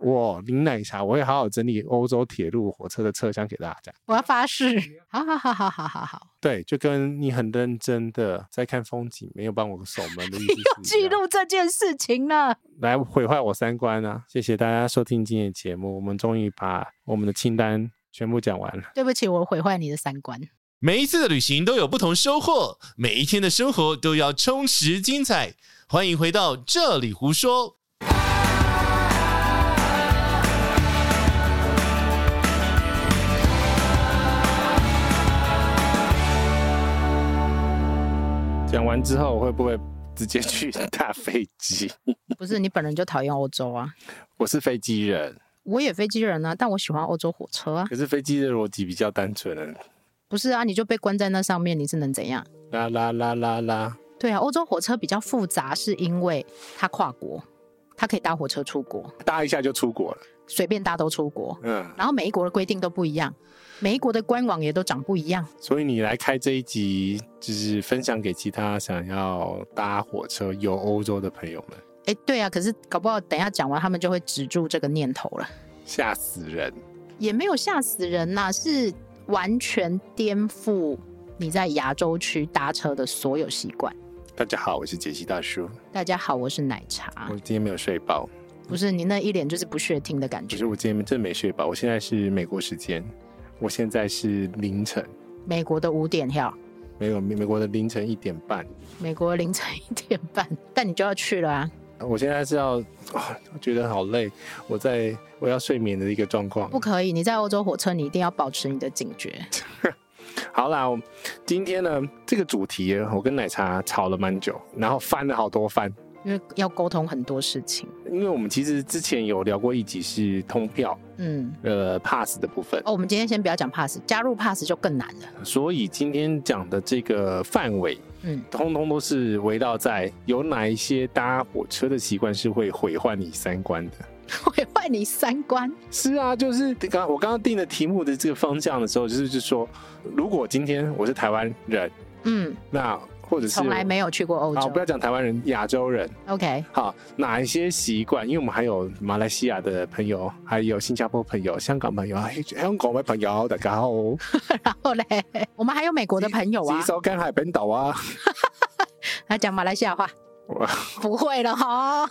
我领奶茶，我会好好整理欧洲铁路火车的车厢给大家。我要发誓， 好好好好好好好，对，就跟你很认真的在看风景，没有帮我守门的 意思是要一记样。录这件事情了。来毁坏我三观啊！谢谢大家收听今天的节目，我们终于把我们的清单全部讲完了。对不起，我毁坏你的三观。每一次的旅行都有不同收获，每一天的生活都要充实精彩。欢迎回到这里胡说。讲完之后，我会不会直接 去搭飞机？不是你本人就讨厌欧洲啊？我是飞机人，我也飞机人啊，但我喜欢欧洲火车啊。可是飞机的逻辑比较单纯。不是啊，你就被关在那上面，你是能怎样？啦啦啦啦啦，对啊，欧洲火车比较复杂，是因为它跨国，它可以搭火车出国，搭一下就出国了。随便搭都出国。嗯，然后每一国的规定都不一样，每一国的官网也都长不一样。所以你来开这一集，就是分享给其他想要搭火车游欧洲的朋友们，哎，对啊，可是搞不好等一下讲完，他们就会止住这个念头了。吓死人！也没有吓死人呐、是完全颠覆你在亚洲区搭车的所有习惯。大家好，我是杰西大叔，大家好，我是奶茶我，嗯今天没有睡饱，不是你那一脸就是不屑听的感可觉是。我今天真没睡饱，我现在是美国时间，我现在是凌晨，美国的五点跳，没有美美国的凌晨一点半，美国凌晨一点半， 但你就要去了啊，我现在是要，啊我觉得好累，我在我要睡眠的一个状况。不可以！你在欧洲火车，你一定要保持你的警觉。好啦，我今天呢这个主题我跟奶茶吵了蛮久，然后翻了好多番，因为要沟通很多事情。因为我们其实之前有聊过一集是通票嗯，呃 pass 的部分，哦，我们今天先不要讲 pass，加入 pass 就更难了。所以今天讲的这个范围嗯， 通通都是围绕在有哪一些搭火车的习惯是会毁坏你三观的。毁坏你三观。是啊，就是刚我刚刚定的题目的这个方向的时候，就是就是说，如果今天我是台湾人，嗯，那或者是从来没有去过欧好，洲不。要讲台湾人，亚洲人， OK，好，哪一些习惯？因为我们还有马来西亚的朋友，还有新加坡朋友、香港朋友，哎香港的朋友，大家好，然后嘞，我们还有美国的朋友啊吸，收干海本岛啊，他讲马来西亚话哇，不会 了哈、，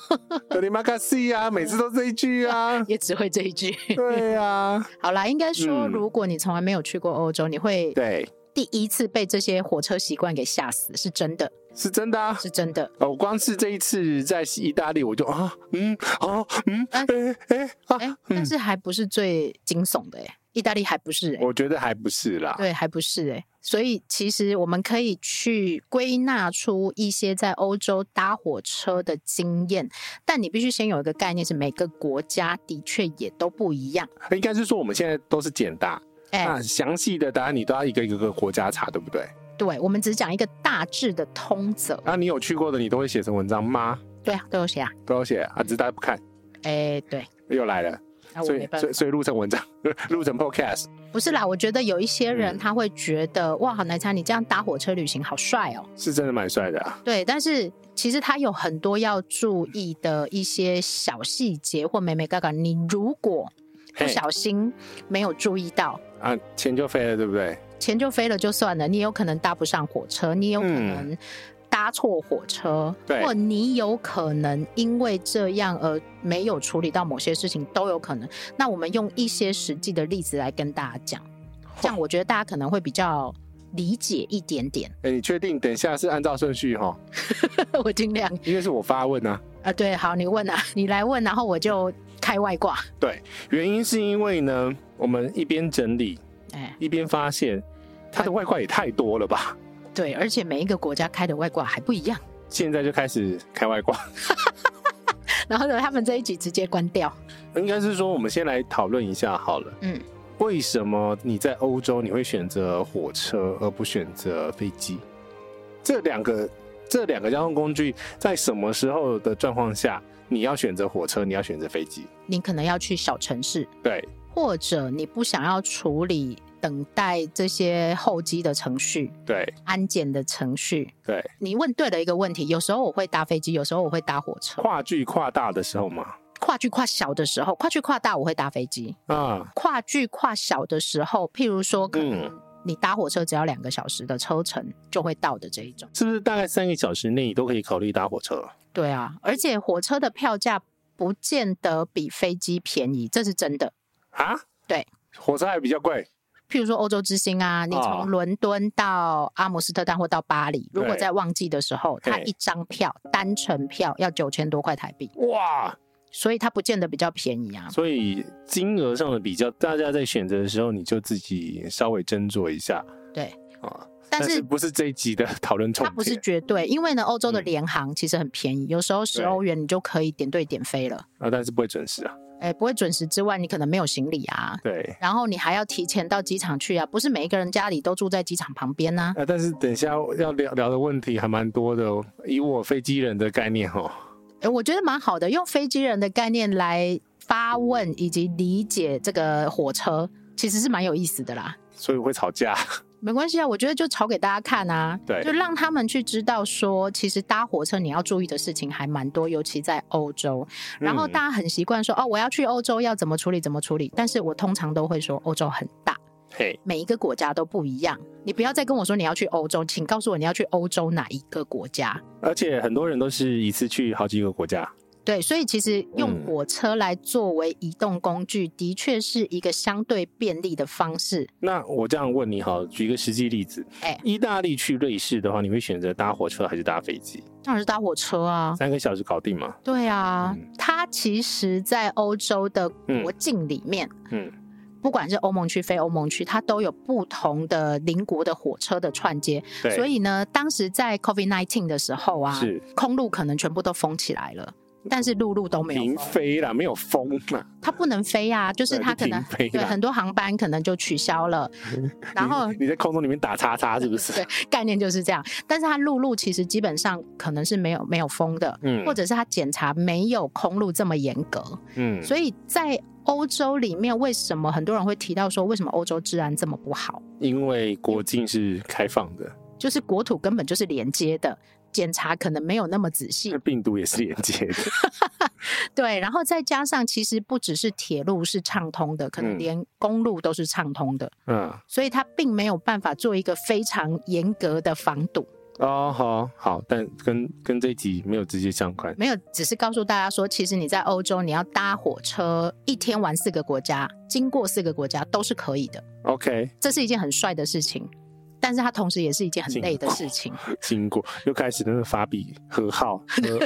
格里马卡西啊，每次都这一句啊 也只会这 一句。对啊，好啦，应该说，嗯如果你从来没有去过欧洲，你会对，第一次被这些火车习惯给吓死，是真的，是真的啊。是真的。哦，光是这一次在意大利，我就啊，嗯，啊，嗯，哎哎哎啊，哎、但是还不是最惊悚的哎、意大利还不是哎、我觉得还不是啦。对，还不是哎、所以其实我们可以去归纳出一些在欧洲搭火车的经验，但你必须先有一个概念，是每个国家的确也都不一样。应该是说我们现在都是简答，哎、那详细的答案你都要一个一个个国家查，对不对？对，我们只讲一个大致的通则。那你有去过的，你都会写成文章吗？对啊，都有谁啊？都有写啊，只是大家不看。哎，对，又来了，啊，我所没以办法所以。所以录成文章， 录成 podcast，不是啦，我觉得有一些人嗯他会觉得、哇，奶茶你这样搭火车旅行好帅哦。是真的蛮帅的、啊。对，但是其实他有很多要注意的一些小细节或美美嘎嘎。你如果不嘿小心没有注意到，啊，钱就飞了，对不对？钱就飞了就算了，你有可能搭不上火车，你有可能搭错火车，对或你有可能因为这样而没有处理到某些事情，都有可能。那我们用一些实际的例子来跟大家讲，这样我觉得大家可能会比较理解一点点。 哎，你确定？等一下是按照顺序哈，我尽量因为是我发问啊。啊，对，好，你问啊， 你来问，然后我就开外挂。原因是因为呢，我们一边整理哎，一边发现，它的外挂也太多了吧。对，而且每一个国家开的外挂还不一样。现在就开始开外挂，然后呢，他们这一集直接关掉。应该是说我们先来讨论一下好了。嗯，为什么你在欧洲你会选择火车而不选择飞机？这两个这两个交通工具在什么时候的状况下你要选择火车，你要选择飞机？你可能要去小城市，对，或者你不想要处理等待这些候机的程序、对，安检的程序。对，你问对了一个问题，有时候我会搭飞机，有时候我会搭火车。跨距跨大的时候嘛，跨巨跨小的时候，跨巨跨大我会搭飞机，啊，跨巨跨小的时候，譬如说可能嗯你搭火车只要两个小时的车程就会到的这一种。是不是大概三个小时内你都可以考虑搭火车？对啊，而且火车的票价不见得比飞机便宜，这是真的。啊？对，火车还比较贵。譬如说欧洲之星啊，你啊从伦敦到阿姆斯特丹或到巴黎，如果对在旺季的时候，它对一张票单程票要九千多块台币，哇，所以它不见得比较便宜啊。所以金额上的比较，大家在选择的时候，你就自己稍微斟酌一下对，啊。但是是不是这一集的讨论重它点？不是绝对，因为呢，欧洲的嗯联航其实很便宜，有时候十对欧元你就可以点对点飞了。啊，但是不会准时啊。哎，不会准时之外，你可能没有行李啊，对然后你还要提前到机场去啊，不是每一个人家里都住在机场旁边呐、啊，但是等一下要聊聊的问题还蛮多的、哦。以我飞机人的概念哦，诶呃我觉得蛮好的，用飞机人的概念来发问以及理解这个火车，其实是蛮有意思的啦。所以会吵架。没关系啊，我觉得就炒给大家看啊，对就让他们去知道说，其实搭火车你要注意的事情还蛮多，尤其在欧洲。然后嗯大家很习惯说，哦，我要去欧洲要怎么处理怎么处理，但是我通常都会说，欧洲很大，嘿，每一个国家都不一样，你不要再跟我说你要去欧洲，请告诉我你要去欧洲哪一个国家。而且很多人都是一次去好几个国家。对，所以其实用嗯火车来作为移动工具，的确是一个相对便利的方式。那我这样问你哈，举一个实际例子，哎意大利去瑞士的话，你会选择搭火车还是搭飞机？当然是搭火车啊，三个小时搞定吗？对啊，嗯它其实，在欧洲的国境里面，嗯不管是欧盟区、非欧盟区，它都有不同的邻国的火车的串接。对，所以呢，当时在 COVID 19的时候啊是，空路可能全部都封起来了，但是陆路都没有停封，飞啦，没有风啦，它不能飞啊，就是对它就可能停飞对啦很多航班可能就取 消了，然后你你在空中里面打叉叉是不是？对，概念就是这样。但是它陆路其实基本上可能是没有没有封的，嗯或者是它检查没有空路这么严格。嗯，所以在欧洲里面，为什么很多人会提到说为什么欧洲治安这么不好？因为国境是开放的，就是国土根本就是连接的。检查可能没有那么仔细那，病毒也是连接 的。对，然后再加上其实不只是铁路是畅通的，可能嗯连公路都是畅通的，嗯，所以它并没有办法做一个非常严格的防堵。哦，好好，但跟跟这一集没有直接相关。没有，只是告诉大家说，其实你在欧洲，你要搭火车一天玩四个国家，经过四个国家都是可以的， OK， 这是一件很帅的事情。但是它同时也是一件很累的事情，经过又开始那个法比和号， 和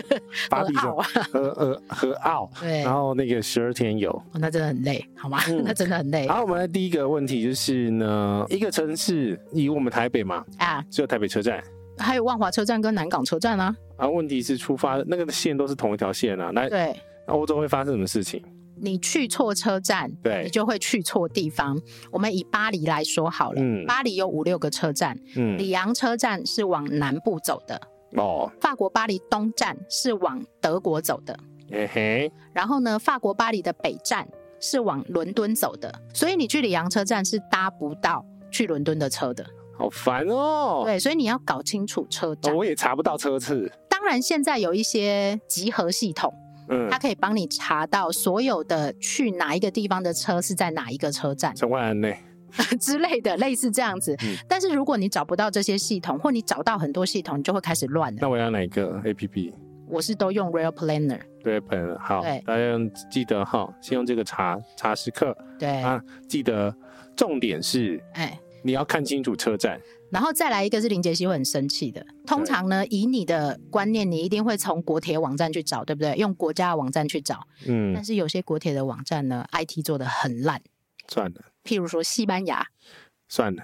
法比和奥的啊和和和奥，对然后那个十二天游。哦那真的很累，好吗？嗯 那真的很累好，我们来第一个问题就是呢，一个城市以我们台北嘛，啊！只有台北车站还有万华车站跟南港车站啊，啊。问题是出发那个线都是同一条线啊，那对欧洲会发生什么事情？你去错车站，对你就会去错地方。我们以巴黎来说好了，嗯巴黎有五六个车站，嗯，里昂车站是往南部走的，哦，法国巴黎东站是往德国走的。嘿嘿，然后呢，法国巴黎的北站是往伦敦走的，所以你去里昂车站是搭不到去伦敦的车的。好烦哦。对，所以你要搞清楚车哦站。我也查不到车次。当然，现在有一些集合系统，嗯它，可以帮你查到所有的去哪一个地方的车是在哪一个 车站陈万安呢？之类的，类似这样子嗯。但是如果你找不到这些系统，或你找到很多系统，你就会开始乱了。那我要哪一个 A P P？我是都用 Rail Planner，对，本人好对，大家记得哈，先用这个查查时刻对，啊，记得重点是哎。你要看清楚车站，然后再来一个是林杰希会很生气的。通常呢，以你的观念，你一定会从国铁网站去找，对不对？用国家的网站去找。嗯但，是有些国铁的网站呢，IT 做的很烂。算了譬如说西班牙，算了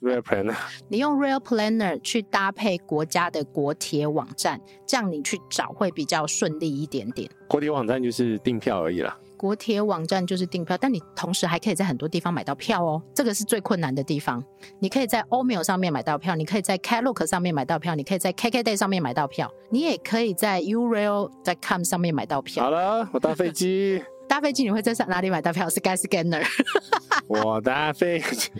r e p l a n 你用 Rail Planner 去搭配国家的国铁网站，这样你去找会比较顺利一点点。 国铁网站就是订票而已啦，国铁网站就是订票，但你同时还可以在很多地方买到票哦，这个是最困难的地方。你可以在 Omeo 上面买到票，你可以在 Klook 上面买到票，你可以在 KKday 上面买到票，你也可以在 Urail 在 com 上面买到票好。了，我搭飞 机，搭飞机你会在哪里买到票？Sky Scanner。 我搭飞机。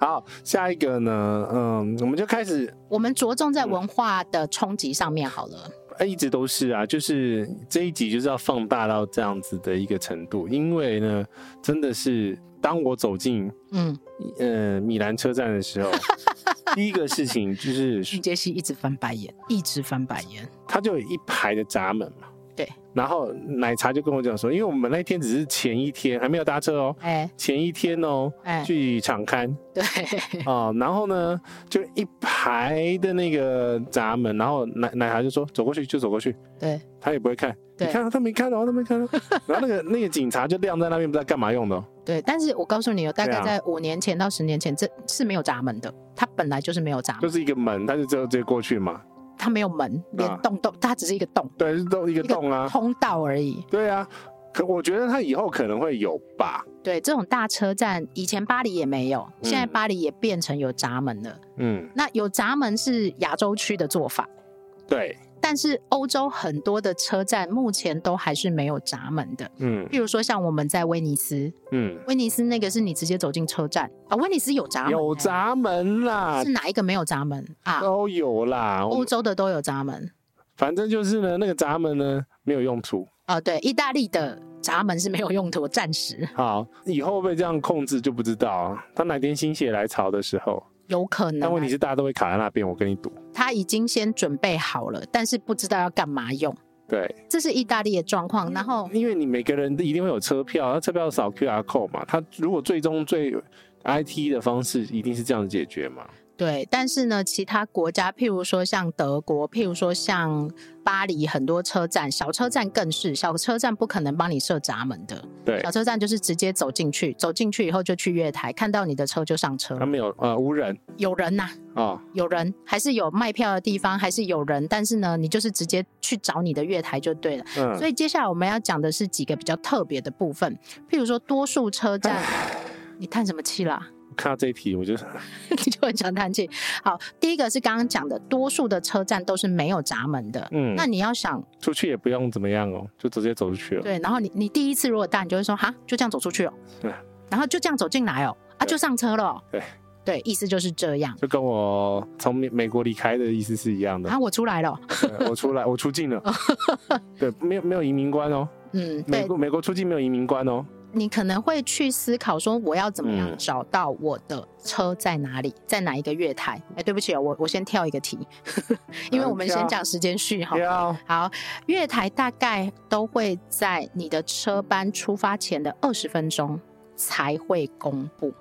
好，下一个呢？嗯，我们就开始我们着重在文化的冲击上面好了。呃一直都是啊，就是这一集就是要放大到这样子的一个程度，因为呢，真的是当我走进嗯，呃米兰车站的时 候，第一个事情就是俊杰西一直翻白眼，一直翻白眼。它就有一排的闸门嘛。对。然后奶茶就跟我讲说，因为我们那天只是前一天还没有搭车哦，哎前一天哦哎，去场刊对， 哦，然后呢就一排的那个闸门，然后奶奶茶就说走过去就走过去，对他也不会看，你对看啊到他没看到，哦他没看 到，然后那个那个警察就晾在那边，不知道干嘛用的哦、对，但是我告诉你哦，大对概啊在五年前到十年前，这是没有闸门的，它本来就是没有闸就门，是一个门，他就直接直接过去嘛，它没有门，连啊洞都，它只是一个洞，对，是都一个一个洞啊，通道而已。对啊，可我觉得他以后可能会有吧，对，这种大车站以前巴黎也没有，现在嗯巴黎也变成有闸门了。嗯，那有闸门是亚洲区的做法，对，但是欧洲很多的车站目前都还是没有闸门的。嗯譬如说，像我们在威尼斯，嗯，威尼斯那个是你直接走进车站啊，威尼斯有闸门、有欸闸门啦是，哪一个没有闸门啊？哦都有啦，我欧们洲的都有闸门反正就是呢，那个闸门呢没有用处。哦，对，意大利的闸门是没有用途，暂时好，以后会不会这样控制就不知道啊。当哪天心血来潮的时候，有可但能问啊、题是大家都会卡在那边，我跟你赌。他已经先准备好了，但是不知道要干嘛用，对，这是意大利的状况。然后因为你每个人都一定会有车票，那车票扫 QR code 嘛，他如果最终最 IT 的方式一定是这样解决嘛。对，但是呢，其他国家，譬如说像德国，譬如说像巴黎，很多车站，小车站更是，小车站不可能帮你设闸门的，对小，车站就是直接走进去，走进去以后就去月台，看到你的车就上车他，们有呃无人有人呐、啊、有人，还是有卖票的地方，还是有人，但是呢，你就是直接去找你的月台就对了。所嗯，以接下来我们要讲的是几个比较特别的部分，譬如说多数 车站，你叹什么气啦？ 嗯看到这一题我就你就很想叹气。好，第一个是刚刚讲的，多数的车站都是没有闸门的。嗯那你要想出去也不用怎么样哦，就直接走出去了。对，然后你你第一次如果搭，你就会说哈，就这样走出去哦对，然后就这样走进来哦，对啊，就上车了、哦。对对，意思就是这样。就跟我从美美国离开的意思是一样的然。后我出来了哦，对我出来，我出境了。对，没有没有移民关哦，嗯，美哦对，国美国出境没有移民关哦。你可能会去思考说，我要怎么样嗯找到我的车在哪里，在哪一个月台？哎，对不起哦，我我先跳一个题， 因为我们嗯跳啊先讲时间序哈。要好，月台大概都会在你的车班出发前的二十分钟才会公布，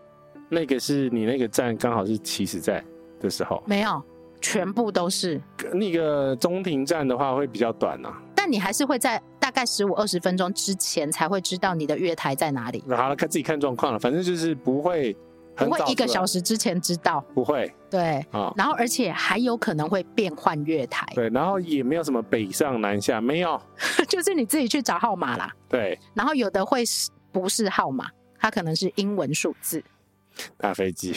那个是你那个站刚好是起始站的时候，没有，全部都是，那个中庭站的话会比较短啊。但你还是会在大概十五二十分钟之前才会知道你的月台在哪里，然后看自己看状况了，反正就是不会不很会早一个小时，时之前知道，不会对，啊、然后而且还有可能会变换月台，对，然后也没有什么北上南下，没有，就是你自己去找号码啦，对，然后有的会是不是号码，它可能是英文数字。搭飞机，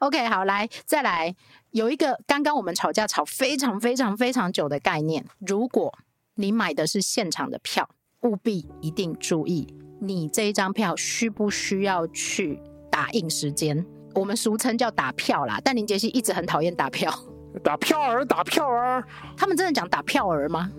OK，好，来再来，有一个刚刚我们吵架吵非常非常非常久的概念，如果你买的是现场的票，务必一定注意，你这一张票需不需要去打印时间？我们俗称叫打票啦，但林杰西一直很讨厌打票。 打票儿，打票儿，他们真的讲打票儿吗？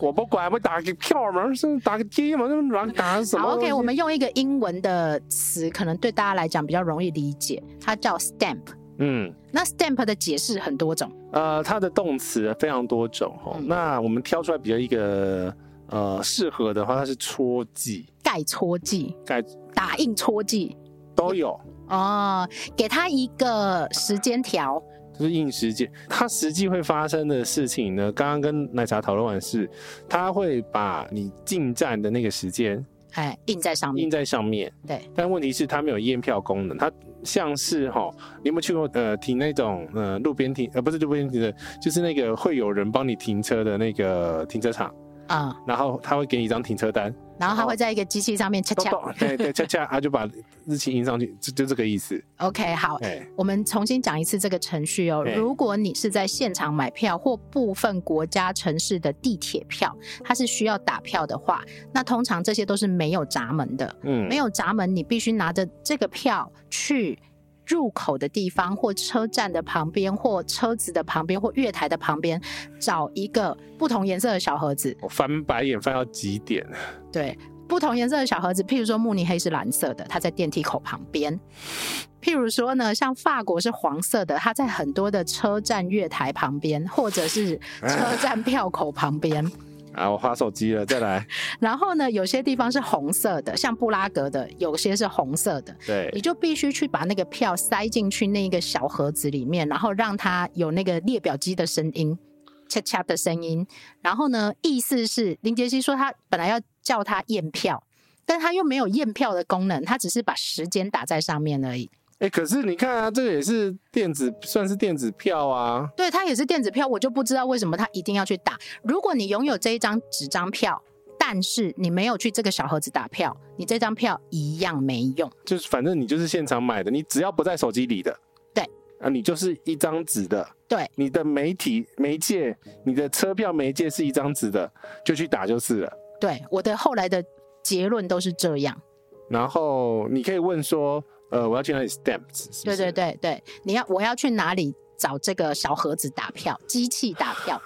我不管，我打个票儿嘛，是打个鸡嘛，那么乱打什么好东西，OK，我们用一个英文的词，可能对大家来讲比较容易理解，它叫 stamp。嗯。那 stamp 的解释很多种，呃，它的动词非常多种哦。嗯那我们挑出来比较一个呃适合的话，它是戳记、盖戳记、盖打印戳记都有，哦，给他一个时间条，就是应时间。它实际会发生的事情呢，刚刚跟奶茶讨论完是，它会把你进站的那个时间哎，印在上印面。在上面。对，但问题是它没有验票功能，它像是哈，你有没有去过呃停那种呃路边停呃不是路边停的，就是那个会有人帮你停车的那个停车场，嗯，然后他会给你一张停车单。然后他会在一个机器上面恰咚恰。咚，对对，恰恰啊，就把日期印上去，就就这个意思。 OK，好，哎，我们重新讲一次这个程序哦。对如果你是在现场买票或部分国家城市的地铁票，它是需要打票的话，那通常这些都是没有闸门的。嗯，没有闸门，你必须拿着这个票去入口的地方，或车站的旁边，或车子的旁边，或月台的旁边，找一个不同颜色的小盒子。我翻白眼翻到极点，对，不同颜色的小盒子，譬如说慕尼黑是蓝色的，它在电梯口旁边；譬如说呢，像法国是黄色的，它在很多的车站月台旁边，或者是车站票口旁边。啊，我划手机了，再 来。然后呢，有些地方是红色的，像布拉格的，有些是红色的。你对，就必须去把那个票塞进去那个小盒子里面，然后让它有那个列表机的声音，恰恰的声音。然后呢，意思是林杰西说他本来要叫他验票，但他又没有验票的功能，他只是把时间打在上面而已。哎、可是你看啊，这个也是电子，算是电子票啊。对，它也是电子票，我就不知道为什么他一定要去打。如果你拥有这一张纸张票，但是你没有去这个小盒子打票，你这张票一样没用。就是反正你就是现场买的，你只要不在手机里的，对，啊，你就是一张纸的，对，你的媒体媒介，你的车票媒介是一张纸的，就去打就是了。对，我的后来的结论都是这样。然后你可以问说，呃，我要去哪里 stamps？是不对是对，对对，你要我要去哪里找这个小盒子打票，机器打票？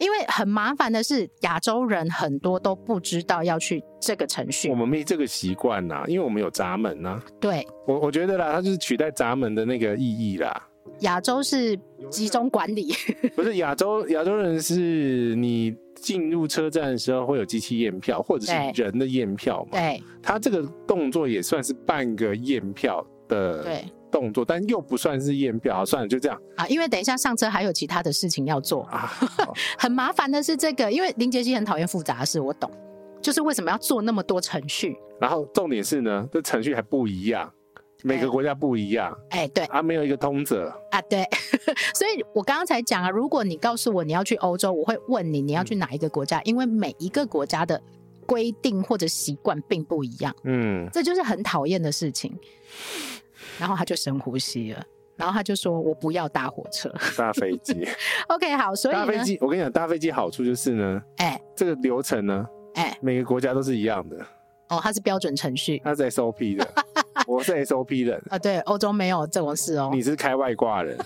因为很麻烦的是，亚洲人很多都不知道要去这个程序我。们没这个习惯呐，因为我们有闸门呐、对，我我觉得啦，它就是取代闸门的那个意义啦。亚洲是集中管理， 不是亚洲亚洲人是你进入车站的时候会有机器验票，或者是对人的验票嘛？对他这个动作也算是半个验票的对动作，但又不算是验票。好，算了，就这样啊，因为等一下上车还有其他的事情要做， 啊。好很麻烦的是这个，因为林杰西很讨厌复杂的事，我懂，就是为什么要做那么多程序？然后重点是呢，这程序还不一样，每个对国家不一样哎，对，啊，没有一个通则。啊，对， 所以我刚刚才讲啊，如果你告诉我你要去欧洲，我会问你你要去嗯哪一个国家，因为每一个国家的规定或者习惯并不一样，嗯，这就是很讨厌的事情。然后他就深呼吸了，然后他就说：“我不要搭火车。 搭飞机，” OK，好，所以搭飞呢，机，我跟你讲，搭飞机好处就是呢，哎这个流程呢，哎，每个国家都是一样的，哦，它是标准程序他是 SOP 的，我是 SOP 人，啊，对，欧洲没有这种事哦。你是开外挂人。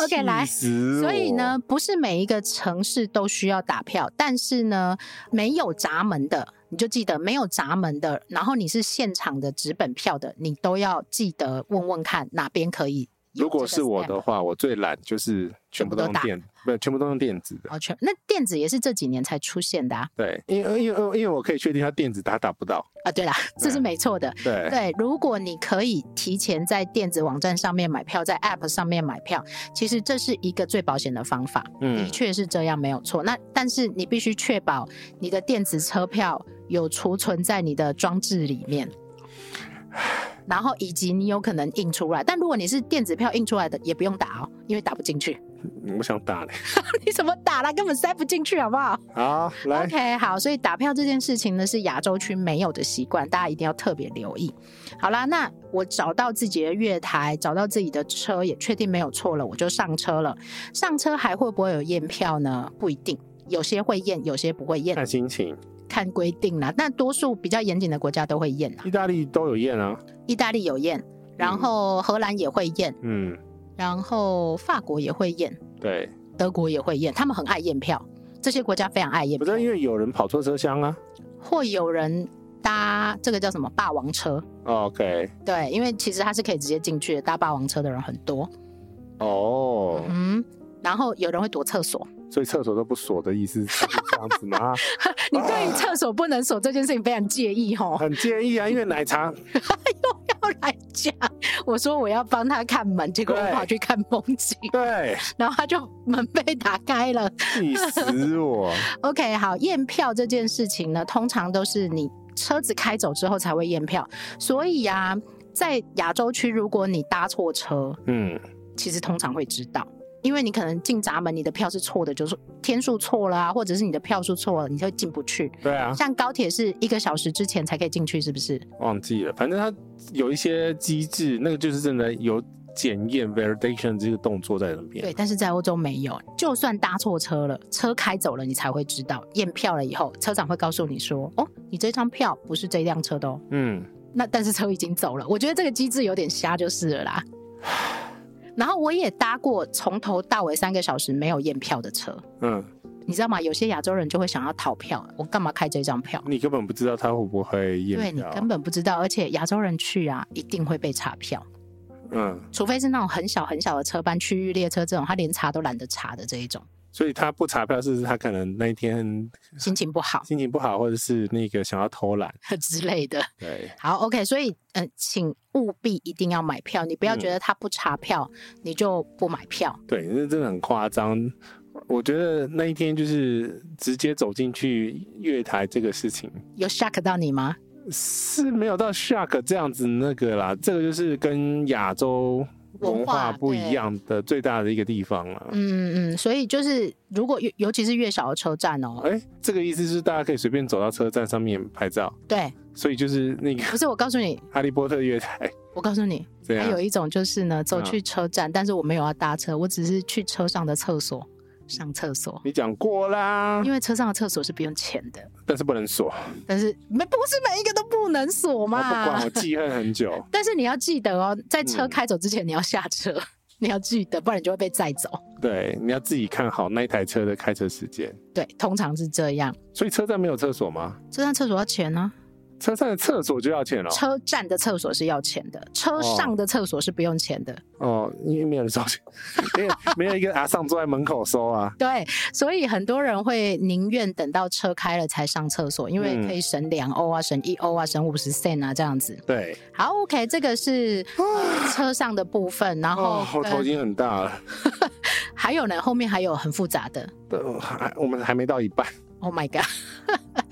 OK，来气死我所以呢，，不是每一个城市都需要打票，但是呢，没有闸门的，你就记得没有闸门的，然后你是现场的纸本票的，你都要记得问问看哪边可以有如这个 stamp。果是我的话，我最懒就是全部都用全部都打电，不，全部都用电子的。哦，全那电子也是这几年才出现的啊！对，因为因为因为我可以确定它电子打打不到。啊，对啦，这是没错的。对，对，如果你可以提前在电子网站上面买票，在 App 上面买票，其实这是一个最保险的方法。嗯的确是这样，没有错。那但是你必须确保你的电子车票有储存在你的装置里面，然后以及你有可能印出来。但如果你是电子票印出来的，也不用打哦，因为打不进去。 嗯我想打嘞。你怎么打啦？根本塞不进去，好不好好，来， ？OK，好。所以打票这件事情呢，是亚洲区没有的习惯，大家一定要特别留意。好啦，那我找到自己的月台，找到自己的车，也确定没有错了，我就上车了。上车还会不会有验票呢？不一定，有些会验，有些不会验，看心情。看规定啦。但多数比较严谨的国家都会验啦，意大利都有验啊，意大利有验，然后荷兰也会验，嗯，然后法国也会验，对，德国也会验，他们很爱验票，这些国家非常爱验不票是。因为有人跑错车厢啊。或有人搭这个叫什么霸王车， OK，对，因为其实它是可以直接进去的，搭霸王车的人很多，哦，嗯，然后有人会躲厕所，所以厕所都不锁的意思是这样子吗？ 你对于厕所不能锁这件事情非常介意吼，很介意啊，因为奶茶后来讲，我说我要帮他看门，结果我对跑去看风景，对，然后他就门被打开了，气死我。 OK，好，验票这件事情呢，通常都是你车子开走之后才会验票，所以呀、在亚洲区，如果你搭错车，嗯，其实通常会知道，因为你可能进闸门，你的票是错的，就是天数错了啊，或者是你的票数错了，你就进不去。对啊，像高铁是一个小时之前才可以进去，是不是？忘记了，反正它有一些机制，那个就是真的有检验 validation 这个动作在那边。对，但是在欧洲没有，就算搭错车了，车开走了，你才会知道验票了以后，车长会告诉你说，哦，你这张票不是这辆车的哦，嗯，那但是车已经走了，我觉得这个机制有点瞎就是了啦。 然后我也搭过从头到尾三个小时没有验票的车，嗯，你知道吗？有些亚洲人就会想要逃票，我干嘛开这张票？你根本不知道他会不会验对你票，根本不知道，而且亚洲人去啊，一定会被查票，嗯，除非是那种很小很小的车班、区域列车这种，他连查都懒得查的这一 种，所以他不查票，是不是他可能那一天心情不好 心情不好，或者是那个想要偷懒？之类的。对，好，OK，所以呃，请务必一定要买票，你不要嗯觉得他不查票、你就不买票。对，那真的很夸张。我觉得那一天就是直接走进去月台这个事情有 shock 到你吗？是没有到 shock 这样子那个啦，这个就是跟亚洲文文化化不一样的最大的一个地方了。嗯嗯，所以就是如果尤尤其是越小的车站哦，哎、这个意思是大家可以随便走到车站上面拍照，对，所以就是那个不是我告诉你，哈利波特月台我告诉你，这还有样。一种就是呢，嗯走去车站，但是我没有要搭车，我只是去车上的厕所上厕所，你讲过啦因，为车上的厕所是不用钱的，但是不能锁。但是没不是每一个都不能锁我哦不管，嘛我。记恨很久。但是你要记得哦，在车嗯开走之前你要下车，你要记得，不然你就会被载走。对，你要自己看好那一台车的开车时间。对，通常是这样。所以车站没有厕所吗？车站厕所要钱呢、车站的厕所就要钱了、车站的厕所是要钱的，车上的厕所是不用钱的。哦，因为没有人收钱，没有没有一个阿尚坐在门口收啊。对，所以很多人会宁愿等到车开了才上厕所，因为嗯可以省两欧啊，省一欧啊，省五十 cent 啊这样子。对，好，OK，这个是呃车上的部分，然后啊哦，我头已跟经很大了，还有呢，后面还有很复杂的。呃还我们还没到一半。 Oh my god！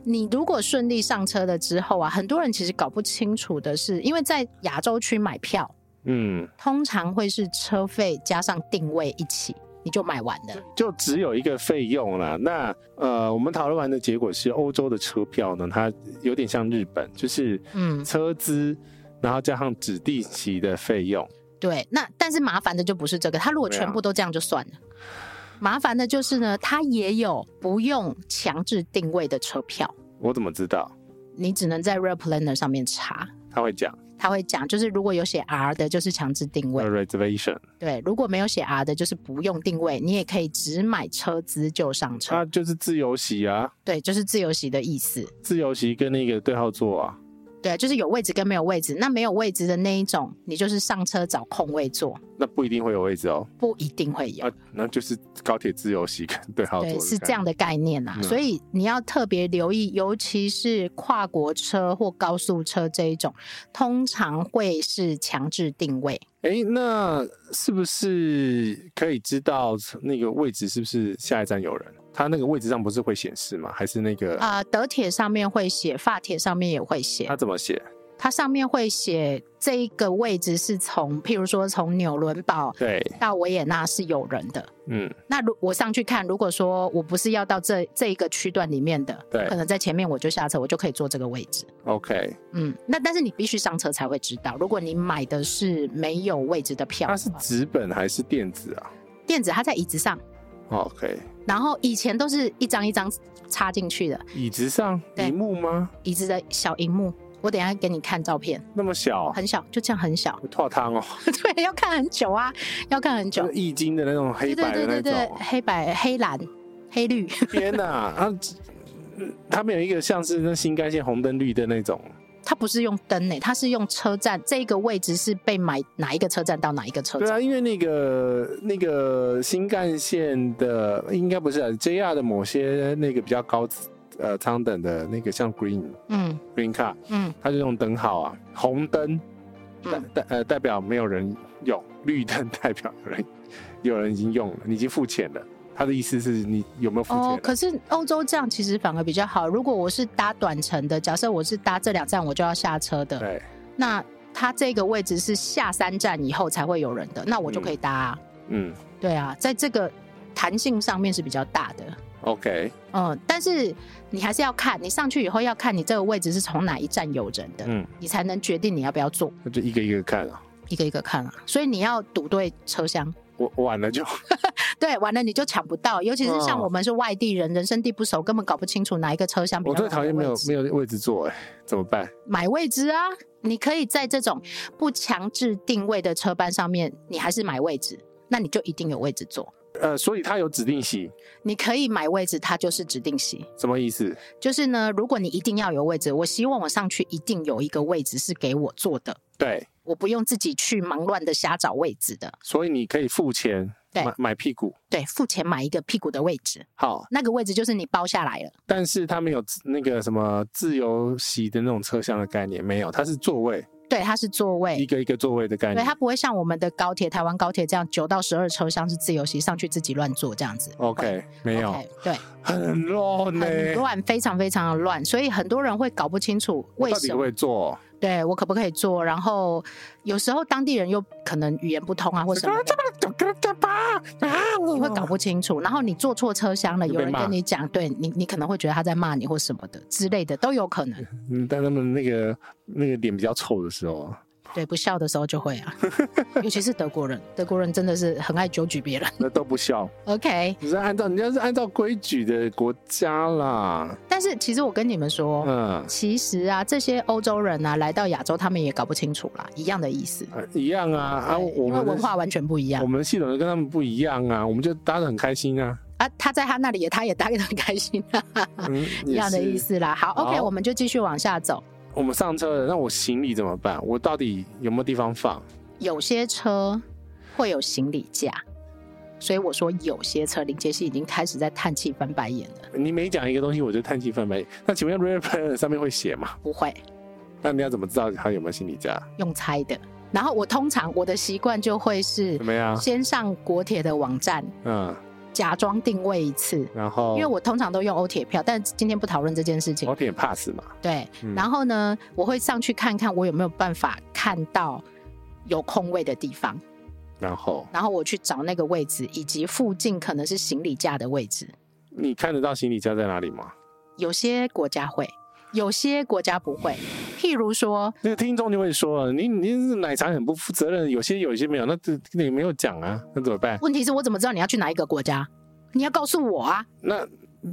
你如果顺利上车了之后啊，很多人其实搞不清楚的是，因为在亚洲区买票嗯，通常会是车费加上定位一起，你就买完了。就只有一个费用啦。那呃，我们讨论完的结果是，欧洲的车票呢，它有点像日本，就是嗯，车资，然后加上指定席的费用。对。那但是麻烦的就不是这个，他如果对啊全部都这样就算了。麻烦的就是呢，他也有不用强制定位的车票，我怎么知道？你只能在 Real Planner 上面查。他会讲他会讲，就是如果有写 R 的，就是强制定位；呃 reservation，对，如果没有写 R 的，就是不用定位，你也可以只买车资就上车。它啊就是自由席啊，对，就是自由席的意思。自由席跟那个对号座啊。对，就是有位置跟没有位置。那没有位置的那一种，你就是上车找空位坐，那不一定会有位置哦，不一定会有。啊，那就是高铁自由席跟对号座对，的是概这样的概念啊，嗯所以你要特别留意，尤其是跨国车或高速车这一种，通常会是强制定位。念。哎，那是不是可以知道那个位置是不是下一站有人？它那个位置上不是会显示吗？还是那个啊，德铁上面会写，发铁上面也会写。它怎么写？它上面会写这一个位置是从，譬如说从纽伦堡对，到维也纳是有人的。嗯，那如我上去看，如果说我不是要到这这一个区段里面的，对可能在前面我就下车，我就可以坐这个位置。 ，OK，嗯，那但是你必须上车才会知道。如果你买的是没有位置的票它的是话，纸本还是电子啊哦电子它在椅子上， ？OK，然后以前都是一张一张插进去的，椅子上对荧幕吗？椅子的小荧幕。我等一下给你看照片，那么小，很小，就这样很小。 会泡汤哦，对，要看很久啊，要看很久就是。易经的那种黑对白对的那对对对，种。黑白、黑蓝、黑绿， 天哪，啊，他们有一个像是那新干线红灯绿灯那种，它不是用灯呢、欸它是用车站这个位置是被买哪一个车站到哪一个车对站。啊，因为那个那个新干线的应该不是、啊、JR 的某些那个比较高呃舱等的那个像 Green 嗯 Green Car，嗯，它就用灯号啊，红灯代嗯代呃代表没有人用，绿灯 代表有人有人已经用了，你已经付钱了。他的意思是你有没有付钱了？啊哦，可是欧洲这样其实反而比较好。如果我是搭短程的，假设我是搭这两站我就要下车的，对，那它这个位置是下三站以后才会有人的，那我就可以搭、啊。嗯对啊，在这个弹性上面是比较大的。 ，OK，嗯，但是你还是要看，你上去以后要看你这个位置是从哪一站有人的，嗯，你才能决定你要不要坐。那就一个一个看啊。一个一个看啊，所以你要赌对车厢，我我晚了就对，完了你就抢不到，尤其是像嗯我们是外地人，人生地不熟，根本搞不清楚哪一个车厢比我较最好讨的厌没位有置。没有位置坐哎、怎么办？买位置啊，你可以在这种不强制定位的车班上面，你还是买位置，那你就一定有位置坐。呃，所以它有指定席，你可以买位置，它就是指定席。什么意思？就是呢，如果你一定要有位置，我希望我上去一定有一个位置是给我坐的，对，我不用自己去忙乱的瞎找位置的。所以你可以付钱对买买屁股。对，付钱买一个屁股的位置，好，那个位置就是你包下来了。但是它没有自那个什么自由席的那种车厢的概念，没有，它是座位，对，它是座位一，个一个座位的概对，念它。不会像我们的高铁、台湾高铁这样九到十二车厢是自由席，上去自己乱坐这样子。 OK，没有， OK，对，很乱呢、很乱，非常非常的乱，所以很多人会搞不清楚我为到底什会么会坐？对我可不可以坐，然后有时候当地人又可能语言不通啊，或什么的，你你会搞不清楚，然后你坐错车厢了，就有被人骂跟你讲，对你，你可能会觉得他在骂你或什么的之类的，都有 可能。嗯，但他们那个那个脸比较臭的时候啊，对，不笑的时候就会 啊，尤其是德国人，德国人真的是很爱纠举别人。那都不笑。 OK，你是按照人家是按照规矩的国家啦，但是其实我跟你们说，嗯，其实啊，这些欧洲人啊来到亚洲，他们也搞不清楚啦，一样的意思。呃一样啊啊，对我因为们的文化完全不一样我们的系统就跟他们不一样啊，我们就搭的很开心啊，啊，他在他那里也，他也待得很开心啊， 嗯，一样的也是意。思啦。好，OK，好我们就继续往下走。我们上车了，那我行李怎么办？我到底有没有地方放？有些车会有行李架，所以我说有些车林杰西已经开始在叹气翻白眼了。你每讲一个东西，我就叹气翻白眼。那请问 Rare Plan 上面会写吗？不会那你要怎么知道他有没有行李架？用猜的。然后我通常我的习惯就会是怎么样？先上国铁的网站嗯，假装定位一次，然后因为我通常都用欧铁票，但今天不讨论这件事情我。点 pass 嘛，对，哦嗯然后呢，我会上去看看我有没有办法看到有空位的地方，然后然后我去找那个位置，以及附近可能是行李架的位置。你看得到行李架在哪里吗？有些国家会，有些国家不会。譬如说，那个听众就会说了，你你是奶茶很不负责任，有些有些没有，那这那也没有讲啊，那怎么办？问题是我怎么知道你要去哪一个国家？你要告诉我啊。那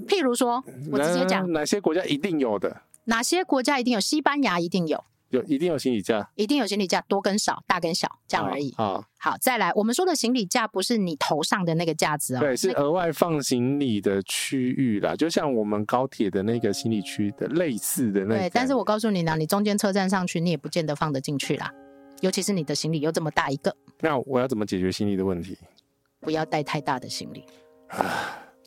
譬如说，我直接讲哪哪些国家一定有的，哪些国家一定有，西班牙一定有，有一定有行李架，一定有行李架，多跟少，大跟小，这样而已。啊，啊好，再来，我们说的行李架不是你头上的那个架子哦，对，是那额外放行李的区域啦，就像我们高铁的那个行李区的类似的那对，但是我告诉你呢，你中间车站上去，你也不见得放得进去啦。尤其是你的行李又这么大一个，那我要怎么解决行李的问题？不要带太大的行李。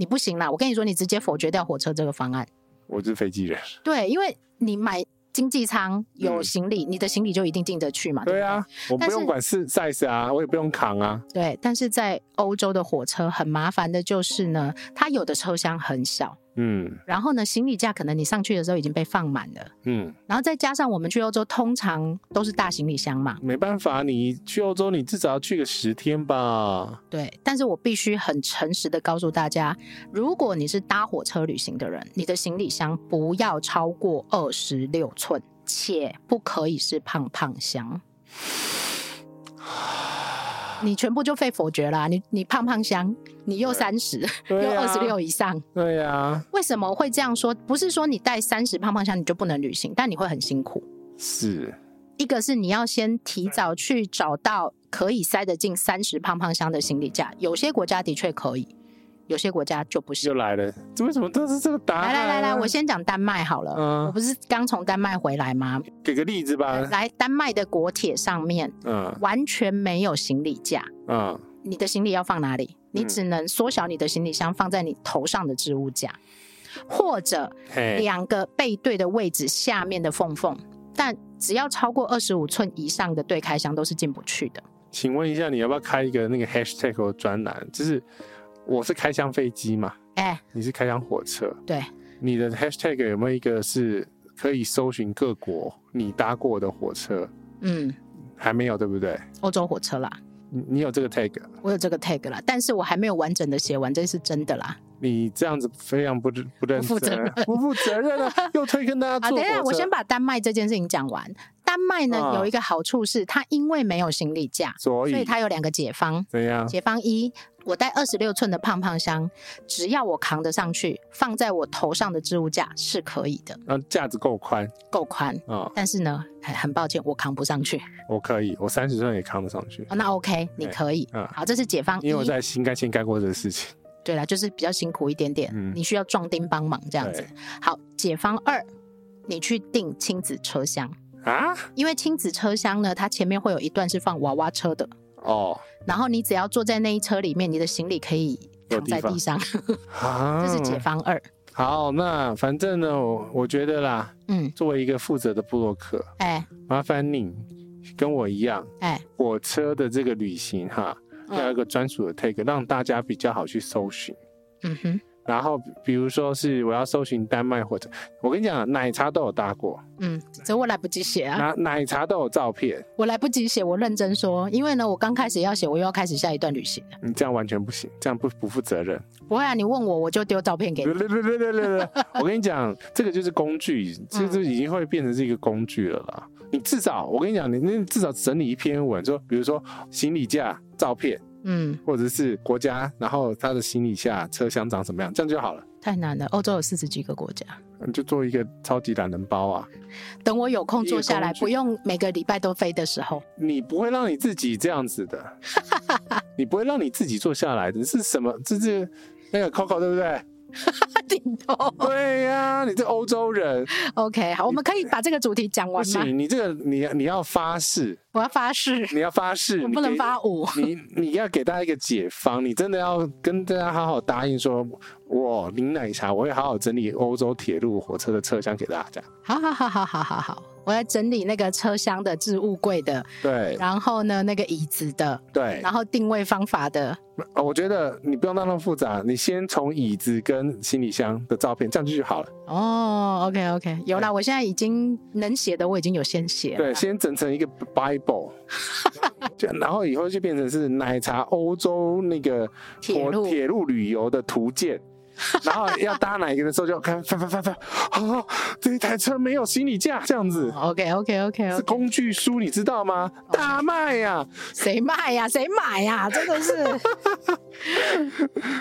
你不行啦，我跟你说，你直接否决掉火车这个方案。我是飞机人，对，因为你买经济舱有嗯行李，你的行李就一定进得去嘛。对啊，我但不是用管是 size 啊，我也不用扛啊，不对，对。但是在欧洲的火车很麻烦的就是呢，它有的车厢很小，嗯然后呢，行李架可能你上去的时候已经被放满了，嗯，然后再加上我们去欧洲通常都是大行李箱嘛，没办法，你去欧洲你至少要去个十天吧，对。但是我必须很诚实的告诉大家，如果你是搭火车旅行的人，你的行李箱不要超过二十六寸，且不可以是胖胖箱。你全部就被否决啦、你你胖胖箱，你又三十、对又啊二十六以上，对呀、啊，为什么会这样说？不是说你带三十胖胖箱你就不能旅行，但你会很辛苦。是，一个是你要先提早去找到可以塞得进三十胖胖箱的行李架，有些国家的确可以，有些国家就不行又。来了，这为什么都是这个答案、来来来来，我先讲丹麦好了。嗯我不是刚从丹麦回来吗？给个例子吧，来，丹麦的国铁上面嗯完全没有行李架，嗯，你的行李要放哪里？你只能缩小你的行李箱，放在你头上的置物架，或者嘿，两个背对的位置下面的缝缝。但只要超过二十五寸以上的对开箱都是进不去的。请问一下，你要不要开一个那个 hashtag 的专栏？就是我是开箱飞机嘛，哎，你是开箱火车，对，你的 hashtag 有没有一个是可以搜寻各国你搭过的火车？嗯，还没有，对不对？欧洲火车啦，你你有这个 tag，我有这个 tag 啦，但是我还没有完整的写完，这是真的啦。你这样子非常不不认不负责真任， 不负责任啊！又推跟大家好，坐等火一车，下，我先把丹麦这件事情讲完。丹丹麦呢嗯有一个好处是，它因为没有行李架，所所以以它有两个解方。怎样？解方一，我带二十六寸的胖胖箱，只要我扛得上去，放在我头上的置物架是可以的，那架子啊够宽够宽。啊，但是呢，很很抱歉，我扛不上去。我可以，我三十寸也扛得上去哦、那 OK，你可以。嗯好，这是解方一因为。我在新干线干过这个事情。对啦，就是比较辛苦一点点，嗯你需要壮丁帮忙这样子对。好，解方二，你去订亲子车厢，啊？因为亲子车厢呢，它前面会有一段是放娃娃车的，哦然后你只要坐在那一车里面，你的行李可以有躺在地地 上，啊，这是解方二。好，那反正呢，我我觉得啦，嗯，作为一个负责的布洛克，哎麻烦你跟我一样，哎，火车的这个旅行哈，要有一嗯个专属的 tag，让大家比较好去搜寻。嗯哼，然后比如说是我要搜寻丹麦火车，我跟你讲，奶茶都有搭过，嗯，这我来不及写啊，奶奶茶都有照片，我来不及写，我认真说，因为呢，我刚开始要写，我又要开始下一段旅行了。你这样完全不行，这样不不负责任。不会啊，你问我，我就丢照片给你略。略略略略略 略我跟你讲，这个就是工具，这嗯就已经会变成是一个工具了啦。你至少，我跟你讲，你那至少整理一篇文，说比如说行李架照片，嗯，或者是国家，然后它的行李下车厢长什么样，这样就好了。太难了，欧洲有四十几个国家。你就做一个超级懒人包啊！等我有空坐下一个工来，具不用每个礼拜都飞的时 候，你不会让你自己这样子的， 你不会让你自己坐下来的。是什么？这是那个 Coco 对不对？顶头。对呀、你这欧洲人哦 OK，好，我们可以把这个主题讲不完吗？行，你这个你你要发誓，我要发誓，你要发誓，我你不能给发舞。你你要给大家一个解放，你真的要跟大家好好答应说，我林奶茶我会好好整理欧洲铁路火车的车厢给大家。好好好好好好好，我要整理那个车厢的置物柜的，对然后呢那个椅子的，对，然后定位方法的。呃我觉得你不用那么复杂，你先从椅子跟行李箱的照片这样就好了。哦，OK OK，有啦，我现在已经能写的我已经有先写了对，。先整成一个 Bible，就然后以后就变成是奶茶欧洲那个铁火路铁路旅游的图 鉴。然后要搭哪一个的时候，就看翻翻翻翻，哦，这一台车没有行李架，这样子。 OK OK OK 是 OK，工具书，你知道吗？哦大卖呀、谁卖呀、谁买呀、真的是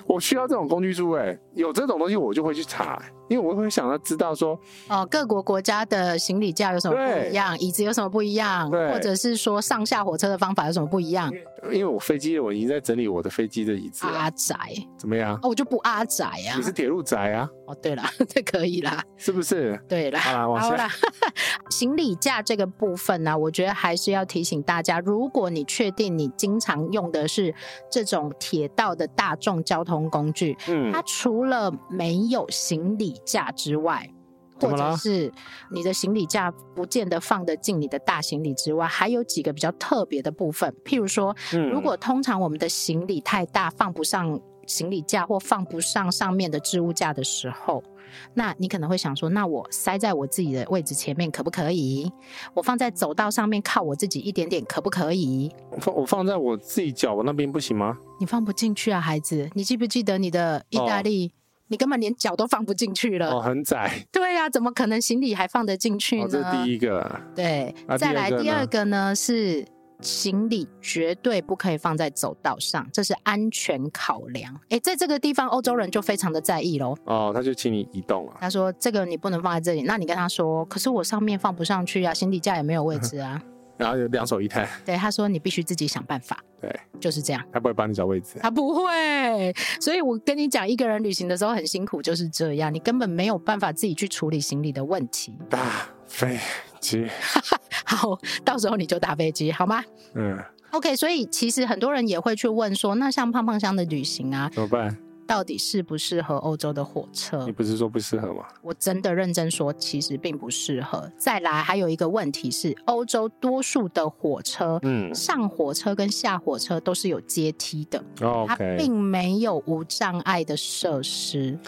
我需要这种工具书、哎，有这种东西我就会去查、因为我会想要知道说，哦，各国国家的行李架有什么不对一样，椅子有什么不一样，对或者是说上下火车的方法有什么不一样？因为我飞机我已经在整理我的飞机的椅子了，阿宅怎么样？哦，我就不阿宅啊你。是铁路宅啊，哦，对啦，这可以啦，是不是？对啦。好啦，往好下啦， 行李架这个部分呢、我觉得还是要提醒大家，如果你确定你经常用的是这种铁道的大众交通工具，嗯它，除了没有行李架之外，怎或么者啦是你的行李架不见得放得进你的大行李之外，还有几个比较特别的部分，譬如说，嗯如果通常我们的行李太大，放不上行李架或放不上上面的置物架的时候，那你可能会想说，那我塞在我自己的位置前面可不可以？我放在走道上面靠我自己一点点可不可以？我放我放在我自己脚那边不行吗？你放不进去啊，孩子，你记不记得你的意大利？你根本连脚都放不进去了，哦，很窄，对呀、怎么可能行李还放得进呃去呢？哦，这是第一个，对，啊再第二来个第二呢个呢是行李绝对不可以放在走道上，这是安全考量。诶，在这个地方欧洲人就非常的在意喽。哦，他就请你移动了，他说这个你不能放在这里，那你跟他说，可是我上面放不上去啊，行李架也没有位置啊。然后就两手一摊，对，他说你必须自己想办法。对，就是这样。他不会帮你找位置。他啊不会，所以我跟你讲，一个人旅行的时候很辛苦，就是这样，你根本没有办法自己去处理行李的问题。大飞机，好，到时候你就搭飞机好吗？嗯， OK，所以其实很多人也会去问说，那像胖胖香的旅行啊，怎么办？到底适不适合欧洲的火车你？不是说不适合吗？我真的认真说，其实并不适合。再来，还有一个问题是，欧洲多数的火车。嗯上火车跟下火车都是有阶梯的，它嗯，OK。并没有无障碍的设施。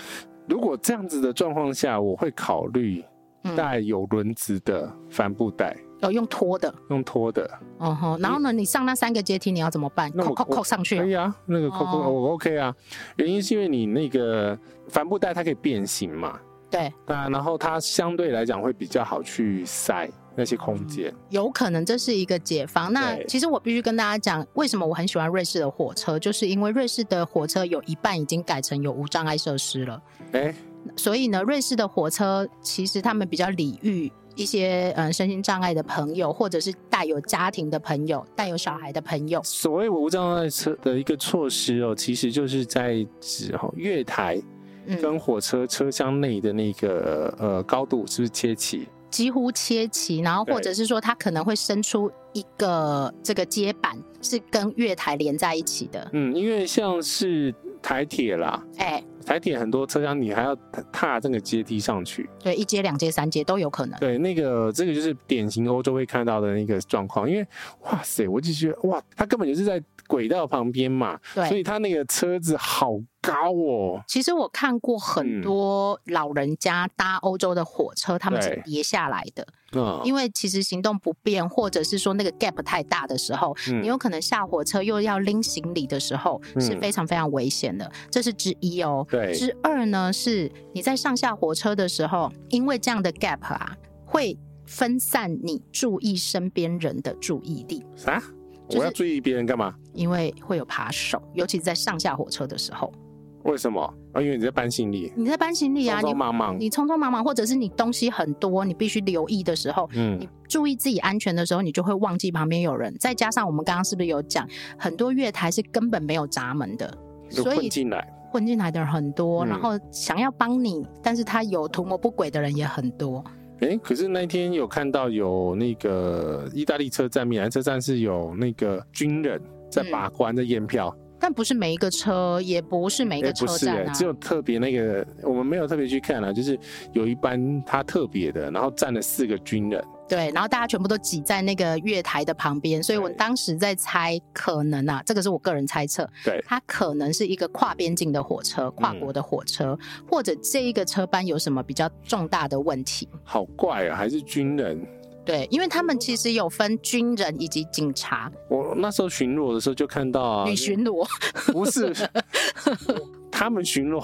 如果这样子的状况下，我会考虑嗯带有轮子的帆布袋，有用拖的，用拖的。哦吼。然后呢，你上那三个阶梯，你要怎么办？那扣我扣扣上去可哦，以啊，那个 Coco 哦我 OK 啊。原因是因为你那个帆布袋它可以变形嘛，对，那然后它相对来讲会比较好去塞，那些空间。有可能这是一个解放。那对其实我必须跟大家讲，为什么我很喜欢瑞士的火车，就是因为瑞士的火车有一半已经改成有无障碍设施了。哎、所以呢，瑞士的火车其实他们比较礼遇一些嗯身心障碍的朋友，或者是带有家庭的朋友、带有小孩的朋友。所谓无障碍车的一个措施哦，其实就是在指哈月台嗯，跟火车车厢内的那个呃高度是不是切齐？几乎切齐，然后对或者是说他可能会伸出一个这个接板，是跟月台连在一起的。嗯，因为像是台铁啦，哎、台铁很多车厢你还要踏踏这个阶梯上去。对，一阶、两阶、三阶都有可能。对，那个这个就是典型欧洲会看到的那个状况，因为哇塞，我就觉得哇，它根本就是在轨道旁边嘛，所对，以它那个车子好高哦。其实我看过很多老人家搭欧洲的火车，他们是嗯对跌下来的，嗯，因为其实行动不便，或者是说那个 gap 太大的时候，嗯你有可能下火车又要拎行李的时候嗯是非常非常危险的，这是之一哦。对之二呢是你在上下火车的时候，因为这样的 gap 啊，会分散你注意身边人的注意力，啥？就是我要注意别人干嘛？因为会有扒手，尤其是在上下火车的时候，为什么？啊，因为你在搬行李，你在搬行李啊，匆你匆忙忙。你匆匆忙忙，或者是你东西很多，你必须留意的时候，嗯你注意自己安全的时候，你就会忘记旁边有人。再加上我们刚刚是不是有讲，很多月台是根本没有闸门的，就所混以进来，混进来的人很多，嗯然后想要帮你，但是他有图谋不轨的人也很多。哎、可是那天有看到有那个意大利车站、米兰车站是有那个军人在嗯把关在验票，但不是每一个车，也不是每一哎、个不车是、站哎，啊，只有特别那个我们没有特别去看啊，就是有一班他特别的，然后站了四个军人，对，然后大家全部都挤在那个月台的旁边，所以我对当时在猜，可能啊，这个是我个人猜测，对嗯它可能是一个跨边境的火车，跨国的火车，或者这一个车班有什么比较重大的问题？好怪啊，还是军人。对，因为他们其实有分军人以及警察、我那时候巡逻的时候就看到啊，女 巡逻，不是他们巡逻，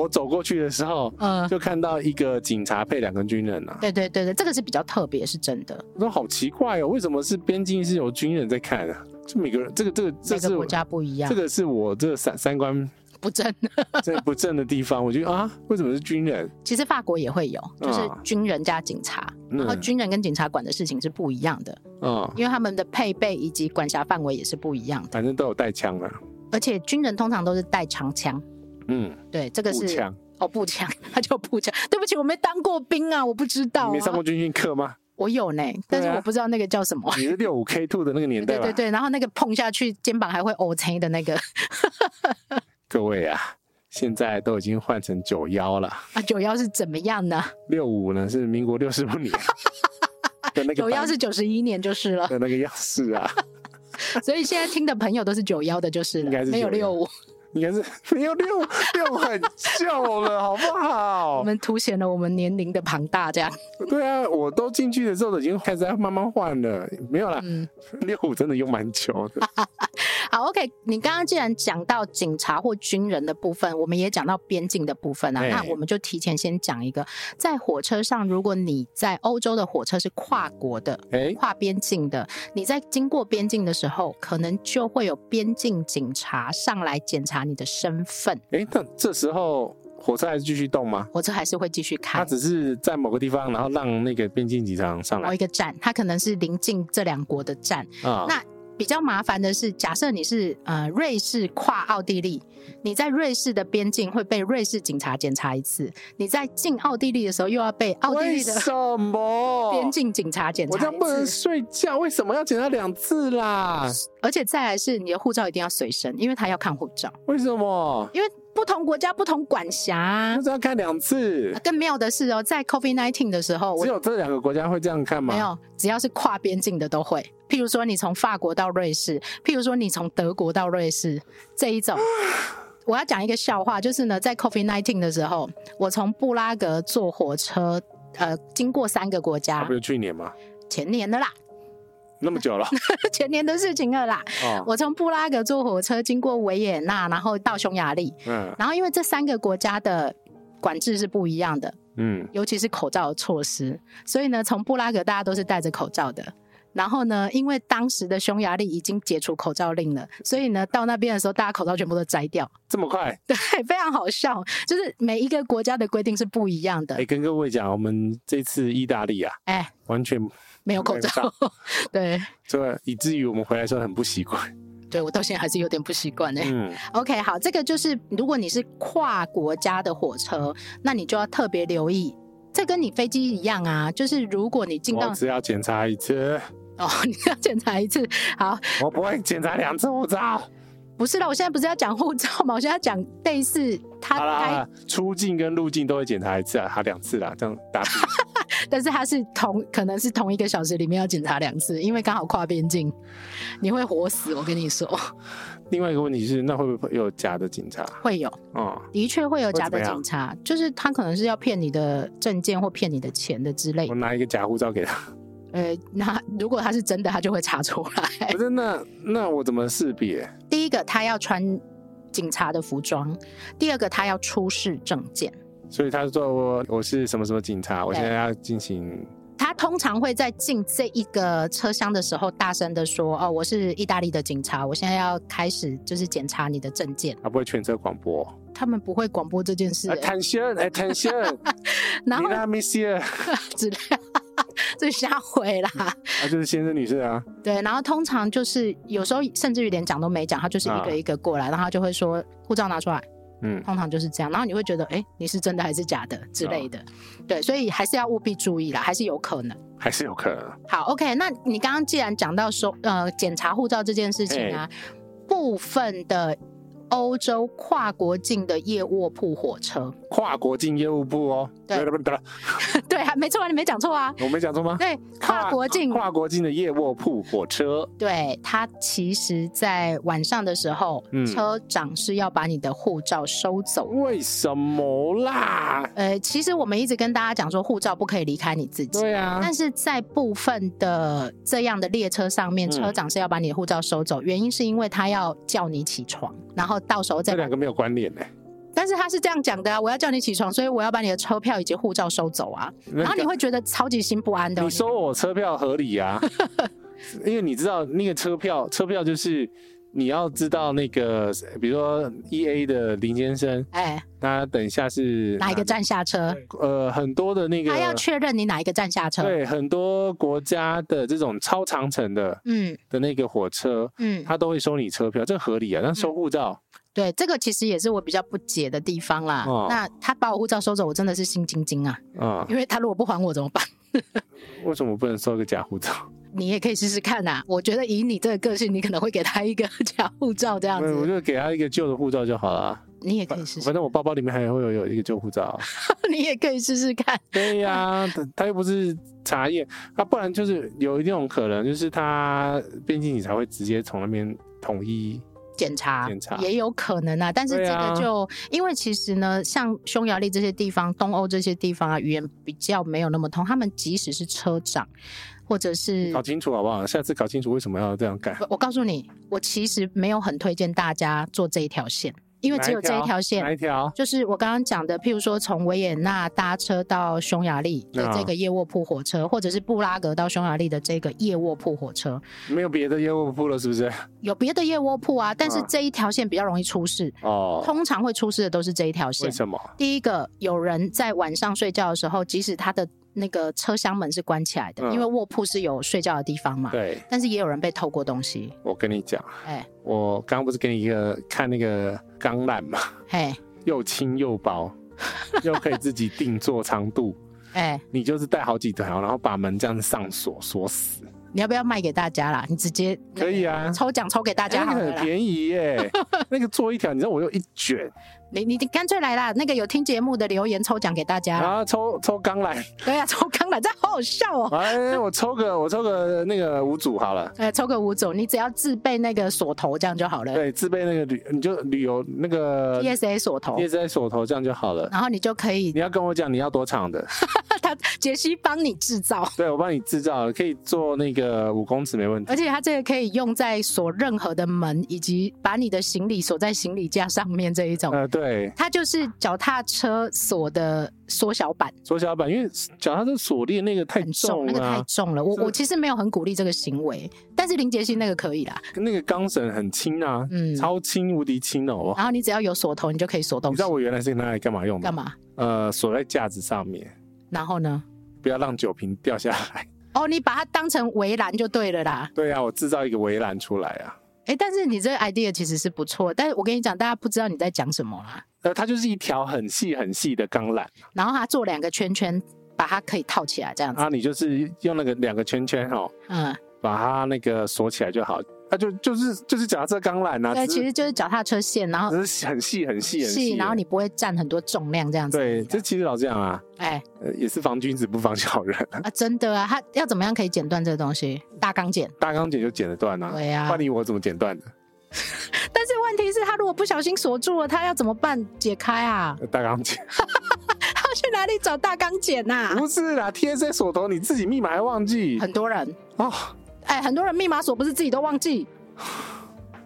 我走过去的时候嗯、就看到一个警察配两个军人啊，对对对对，这个是比较特别，是真的，我说好奇怪哦，为什么是边境是有军人在看啊？就每个人，这个这个这每是个国家不一样，这个是我这三三观不真。这不正的地方，我觉得啊，为什么是军人？ 其实法国也会有，就是啊军人加警察，然后嗯军人跟警察管的事情是不一样的，啊、因为他们的配备以及管辖范围也是不一样的。反正都有带枪啊了，而且军人通常都是带长枪，嗯，对，这个步是枪。哦步枪， 他叫步枪。对不起，我没当过兵啊，我不知道、你啊。没上过军训课吗？我有呢，但是我不知道那个叫什么。你是六五 K two 的那个年代对吧？对对，然后那个碰下去肩膀还会 O C 的那个 各位啊，现在都已经换成九幺了，啊，九幺是怎么样呢？六五呢是民国六十五 年的那个九幺版是九十一年就 是了，的那个样式啊，所以现在听的朋友都是九幺的，就是应该了，是没有91六五，应该是没有六六很旧了，好不好？ 我们凸显了我们年龄的庞大，这样。对啊，我都进去的时候已经开始在慢慢换了，没有啦，嗯，六五真的用蛮久 的。好，OK，你刚刚既然讲到警察或军人的部分，我们也讲到边境的部分啊，哎那我们就提前先讲一个，在火车上，如果你在欧洲的火车是跨国的、哎、跨边境的，你在经过边境的时候，可能就会有边境警察上来检查你的身份，哎，那这时候火车还是继续动吗？火车还是会继续它开。只是在某个地方，然后让那个边境警察上某来一个站，它可能是临近这两国的站，啊。那比较麻烦的是，假设你是呃瑞士跨奥地利，你在瑞士的边境会被瑞士警察检查一次，你在进奥地利的时候又要被奥地为利的什么边境警察检我这查样不能一次，睡觉？为什么要检查两次啦？而且再来是你的护照一定要随身，因为他要看护照，为什么？因为不同国家不同管辖啊、那这样看两次啊。，更妙的是哦，在 COVID nineteen 的时候，我只有这两个国家会这样看吗？没，有，啊只要是跨边境的都会。譬如说，你从法国到瑞士，譬如说你从德国到瑞士这一 种。我要讲一个笑话，就是呢，在 COVID nineteen 的时候，我从布拉格坐火车，呃，经过三个国那家啊不，就去年吗？前年的啦， 那么久了前年的事情了啦。哦，我从布拉格坐火车经过维也纳，然后到匈牙利，嗯，然后因为这三个国家的管制是不一样的，嗯尤其是口罩的措施。所以呢，从布拉格大家都是戴着口罩的。然后呢，因为当时的匈牙利已经解除口罩令了，所以呢，到那边的时候，大家口罩全部都摘掉， 这么快？对，非常好笑。就是每一个国家的规定是不一样的哎、。跟各位讲，我们这次意大利啊，哎、完全没有口罩， 对这以至于我们回来的时候很不习惯。对，我到现在还是有点不习惯哎。嗯， OK，好，这个就是如果你是跨国家的火车，那你就要特别留意。这跟你飞机一样啊，就是如果你进到我只要检查一次， 哦，你要检查一次。好，我不会检查两次护照。不是啦，我现在不是要讲护照嘛，我现在讲类似它好啦好该啦，，出境跟入境都会检查一次啊，好两次啦，这样 打比。但是它是同可能是同一个小时里面要检查两次，因为刚好跨边境，你会活死，我跟你说， 另外一个问题是，那会不会有假的警察？会有，哦，的确会有会假怎的么样警察，就是他可能是要骗你的证件或骗你的钱的之类我的。拿一个假护照给他。呃，那如果他是真的，他就会查出来。不是，那那我怎么识别？第一个，他要穿警察的服装；第二个，他要出示证件。所以他说哦我我是什么什么警察，我对现在要进行他通常会在进这一个车厢的时候，大声的说：“哦，我是意大利的警察，我现在要开始就是检查你的证件。啊，不会全车广播。啊，他们不会广播这件事、欸 Attention, attention！ 然后啊你那 miss 啊，之类，这瞎回啦。就是先生女士啊，对，然后通常就是有时候甚至于连讲都没讲，他就是一啊个一个过来，然后他就会说护照拿出来，嗯，通常就是这样。然后你会觉得，哎、你是真的还是假的之类的。对，所以还是要务必注意啦，还是有可能。还是有可能。好，OK，那你刚刚既然讲到收呃检查护照这件事情啊，部分的欧洲跨国境的夜卧铺火车， 跨国境业务部哦，对对了对了，对啊，没错啊，你没讲错啊，我没讲错吗？对，跨国境，跨国境的夜卧铺火车，对，它其实在晚上的时候，嗯车长是要把你的护照收走。为什么啦？呃，其实我们一直跟大家讲说，护照不可以离开你自己。对啊，但是在部分的这样的列车上面，嗯车长是要把你的护照收走，原因是因为他要叫你起床，然后到时候再这两个没有关联呢。欸但是他是这样讲的啊，我要叫你起床，所以我要把你的车票以及护照收走啊。然然后你会觉得超级心不安的哦、你收我车票合理 啊，因为你知道那个车票，车票就是你要知道那个，比如说 E A 的林先生，哎，他等一下是哪一个？站下车？呃，很多的那个他要确认你哪一个站下车。对很多国家的这种超长程的嗯的那个火车，嗯，他都会收你车票，这合理啊。那收护照，对，这个其实也是我比较不解的地方啦。哦那他把我护照收走，我真的是心惊惊啊，啊、因为他如果不还我怎么办？为什么不能收个假护照？你也可以试试看呐、我觉得以你这个个性，你可能会给他一个 假护照这样我我子，就给他一个旧的护照就好了。啊你也可以试试反，正我包包里面还会有有一个旧护照。啊 你也可以试试看。对呀、他他又不是茶叶，他不然就是有一种可能，就是他边境警察会直接从那边统一。检查，检查也有可能啊。但是对这啊个就、因为其实呢，像匈牙利这些地方、东欧这些地方啊，语言比较没有那么通。他们即使是车长，或者是搞清楚好不好？下次搞清楚为什么要这样干。我我告诉你，我其实没有很推荐大家做这一条线，因为只有这一条线哪。一条？就是我刚刚讲的，譬如说从维也纳搭车到匈牙利的啊这个夜卧铺火车，或者是布拉格到匈牙利的这个夜卧铺火车，没有别的业务部了，是不 是？有别的夜卧铺啊，但是啊这一条线比较容易出事，哦，通常会出事的都是这一条线为。什么？第一个，有人在晚上睡觉的时候，即使他的那个车厢门是关起来的，嗯因为卧铺是有睡觉的地方嘛。对，但是也有人被偷过东西，我跟你讲，哎我刚刚不是给你一个看那个钢缆嘛，嘿又轻又薄，又可以自己定做长度，哎，你就是带好几条，然后把门这样上锁锁死，你要不要卖给大家啦？你直接可以啊。抽奖抽给大家那好个了很啦。便宜 耶，那个做一条，你知道我又一卷，你你你干脆来啦，那个有听节目的留言抽奖给大家然啦。后抽抽钢缆，对呀、抽康来，这好好笑 哦。哎，我抽个我抽个那个五组好了，哎，抽个五种，你只要自备那个锁头，这样就好了。对，呃自备那个旅你就旅游那个 TSA 锁头，在锁头这样就好了。然后你就 可以，你要跟我讲你要多长的，他杰西帮你制造。对我帮你制造，可以做那个五公尺没问题而。且它这个可以用在锁任何的门，以及把你的行李锁在行李架上面这一种。呃，对对，它就是脚踏车锁的缩小版，缩小版，因为脚踏车锁链那个太很重，那了个啊、太重了。我这我其实没有很鼓励这个行为，但是林杰星那个可以啦。那个钢绳很轻啊，嗯超轻无敌轻的，好不好？然后你只要有锁头，你就可以锁你东知西道。我原来是拿来干嘛用的？干嘛？呃，锁在架子上面，然后呢？不要让酒瓶掉下来。哦，你把它当成围栏就对了啦。对啊，我制造一个围栏出来啊。哎，但是你这个 idea 其实是不错，但是我跟你讲，大家不知道你在讲什么啦。呃，它就是一条很细很细的钢缆然后它做两个圈圈，把它可以套起来这样子。啊，你就是用那个两个圈圈哦，嗯，把它那个锁起来就好。它就就是就是脚踏车钢缆啊，对，只其是实就是脚踏车线，然后只是很细很细很细，细。然后你不会占很多重量这样子。对，这其实老这样啊，哎呃也是防君子不防小人，啊，真的啊，它要怎么样可以剪断这个东西？大钢剪。大钢剪就剪得断啊。对啊换你我怎么剪断的？但是问题是，他如果不小心锁住了，他要怎么办？解开啊？ 呃大钢剪他要去哪里找大钢剪呐、不是啦，TSA 锁头你自己密码还忘记很多人，哦。哎、很多人密码锁不是自己都忘记，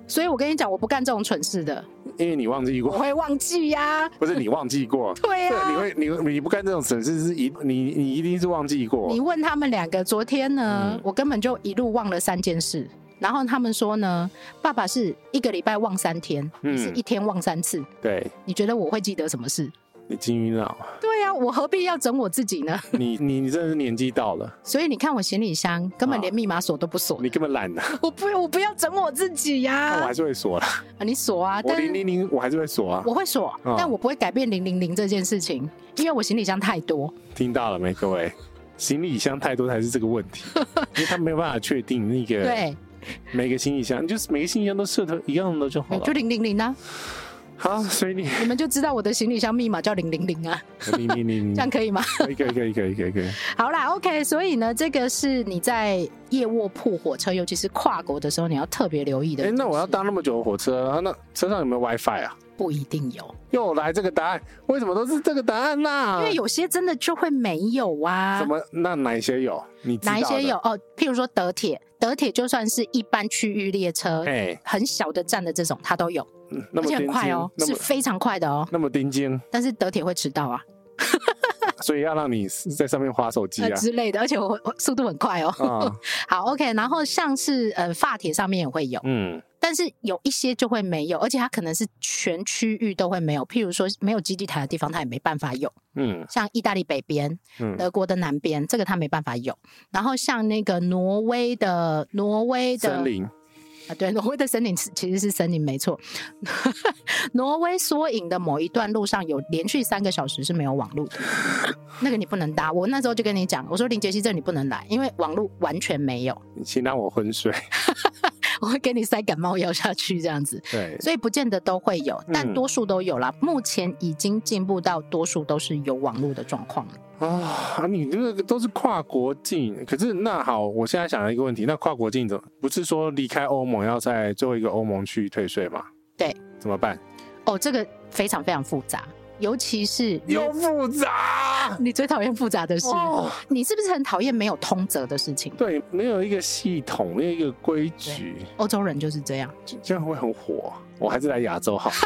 所以我跟你讲，我不干这种蠢事的，因为你忘记 我过，会忘记呀、，不是你忘记过对啊呀、对，你会你你不干这种蠢事是一你你一定是忘记过你，问他们两个，昨天呢，嗯我根本就一路忘了三件事。然后他们说呢，爸爸是一个礼拜忘三天，嗯你是一天忘三次。对你觉得我会记得什么事？你金鱼脑，对呀、我何必要整我自己呢？ 你你你真的是年纪到了，所以你看，我行李箱根本啊连密码锁都不锁的，你根本懒了，我不，我不要整我自己呀、那我 啊还是会锁啦，你锁啊，我但零是零零我还是会锁啊，我会锁，啊但我不会改变零零零这件事情，因为我行李箱太多。听到了没，各位？行李箱太多才是这个 问题，因为他没有办法确定那个对，每个行李箱，你就是每个行李箱都设成一样的就好我了。就零零零啊，好，所以你你们就知道我的行李箱密码叫零零零啊， 零零零这样零，可以吗？可以可以可以可以可以可以，好啦，OK，所以呢，这个是你在夜卧铺火车，尤其是跨国的时候，你要特别留意的。哎，那我要搭那么久的火车，啊那车上有没有 WiFi 啊？不一定有，又来这个答案，为什么都是这个答案呐、因为有些真的就会没有嗯啊。什么？那哪一些有？你知道哪的一些有？？哦，譬如说德铁，德铁就算是一般区域列车，哎、很小的站的这种，它都有，嗯那而么且很钉快尖，哦，那是么非常快的哦。那么钉 尖，但是德铁会迟到啊，所以要让你在上面划手机呃啊之类的，而且我我速度很快哦。啊，好，OK，然后像是呃发帖上面也会有，嗯，但是有一些就会没有，而且它可能是全区域都会没有，譬如说没有基地台的地方，它也没办法有，嗯像意大利北边、 嗯德国的南边，这个它没办法有。然后像那个挪威的挪威的森林，啊，对，挪威的森林是其实是森林，没错。 挪威缩影的某一段路上有连续三个小时是没有网路的，那个你不能搭。我那时候就跟你讲，我说林杰西这你不能来，因为网路完全没有，你请让我昏睡。我会给你塞感冒药下去这样子。对，所以不见得都会有，但嗯多数都有啦。目前已经进步到多数都是有网络的状况了。啊，你这个都是跨国境，可是那好，我现在想了一个问题，那跨国境怎么不是说离开欧盟要在最后一个欧盟去退税吗？对，怎么办？哦，这个非常非常复杂，尤其是又复杂你最讨厌复杂的事，哦。你是不是很讨厌没有通则的事情？对，没有一个系统，没有一个规矩，欧洲人就是这样。这这样会很火。我还是来亚洲好。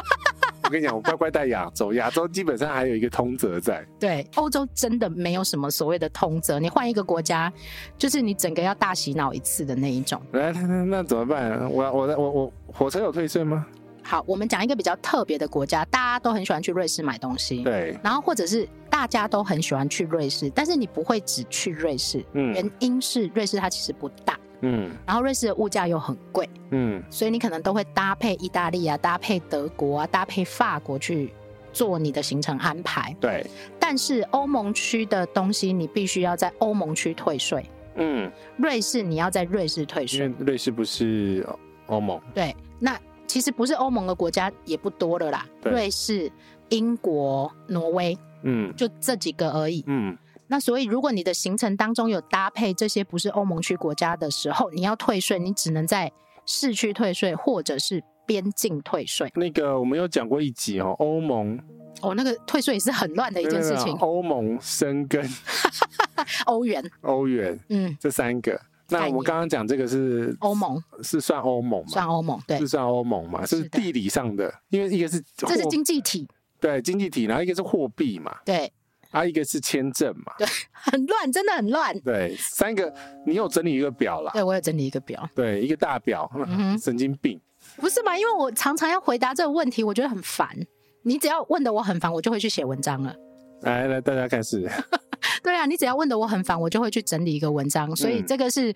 我跟你讲，我乖乖带亚洲，亚洲基本上还有一个通则在。对，欧洲真的没有什么所谓的通则，你换一个国家，就是你整个要大洗脑一次的那一种。那那那那怎么办？我我我我火车有退税吗？好，我们讲一个比较特别的国家，大家都很喜欢去瑞士买东西，对，然后或者是大家都很喜欢去瑞士，但是你不会只去瑞士，嗯原因是瑞士它其实不大，嗯然后瑞士的物价又很贵，嗯所以你可能都会搭配意大利啊、搭配德国啊、搭配法国去做你的行程安排。对，但是欧盟区的东西，你必须要在欧盟区退税。嗯，瑞士你要在瑞士退因为税，瑞士不是欧欧盟，对。那其实不是欧盟的国家也不多了啦，对瑞士、英国、挪威嗯就这几个而已。嗯那所以，如果你的行程当中有搭配这些不是欧盟区国家的时候，你要退税，你只能在市区退税或者是边境退税。那个我们有讲过一集哦，欧盟哦，那个退税也是很乱的一件事没有情没有没有。欧盟、生根、欧元， 欧元嗯，这三个。那概我念们刚刚讲这个是欧盟是算欧盟吗？算欧盟，对是，算欧盟嘛，是是的地理上的，因为一个是这是货经济体，对经济体，然后一个是货币嘛，对，啊，一个是签证嘛，很乱，真的很乱。对，三个你有整理一个表啦，对我有整理一个表，对，一个大表，嗯哼神经病，不是嘛？因为我常常要回答这个问题，我觉得很烦。你只要问的我很烦，我就会去写文章了。来来，大家开始， 对啊，你只要问的我很烦，我就会去整理一个文章，所以嗯这个是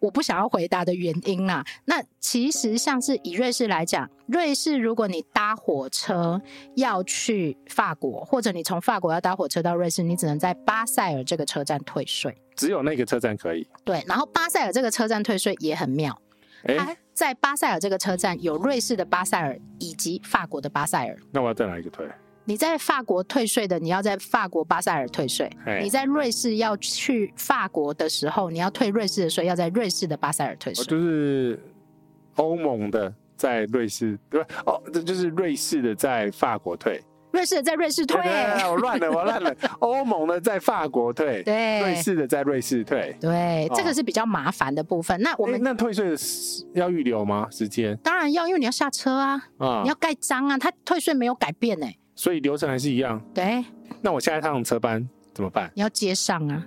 我不想要回答的原因啦。那其实像是以瑞士来讲，瑞士如果你搭火车要去法国，或者你从法国要搭火车到瑞士，你只能在巴塞尔这个车站退税。只有那个车站可以，对，然后巴塞尔这个车站退税也很妙，哎、它在巴塞尔这个车站有瑞士的巴塞尔以及法国的巴塞尔。那我要再来一个推，你在法国退税的，你要在法国巴塞尔退税；嘿你在瑞士要去法国的时候，你要退瑞士的税，要在瑞士的巴塞尔退哦税。就是欧盟的在瑞士，对吧？哦，这就是瑞士的在法国退，哎瑞士的在瑞士退，对我 乱了，我乱了，欧盟的在法国退，对瑞士的在瑞士退。对哦，这个是比较麻烦的部分。那我诶们那退税的时要预留吗？时间当然要，因为你要下车啊，啊你要，盖章啊，它退税没有改变呢、所以流程还是一样。对，那我下一趟车班怎么办？你要接上啊，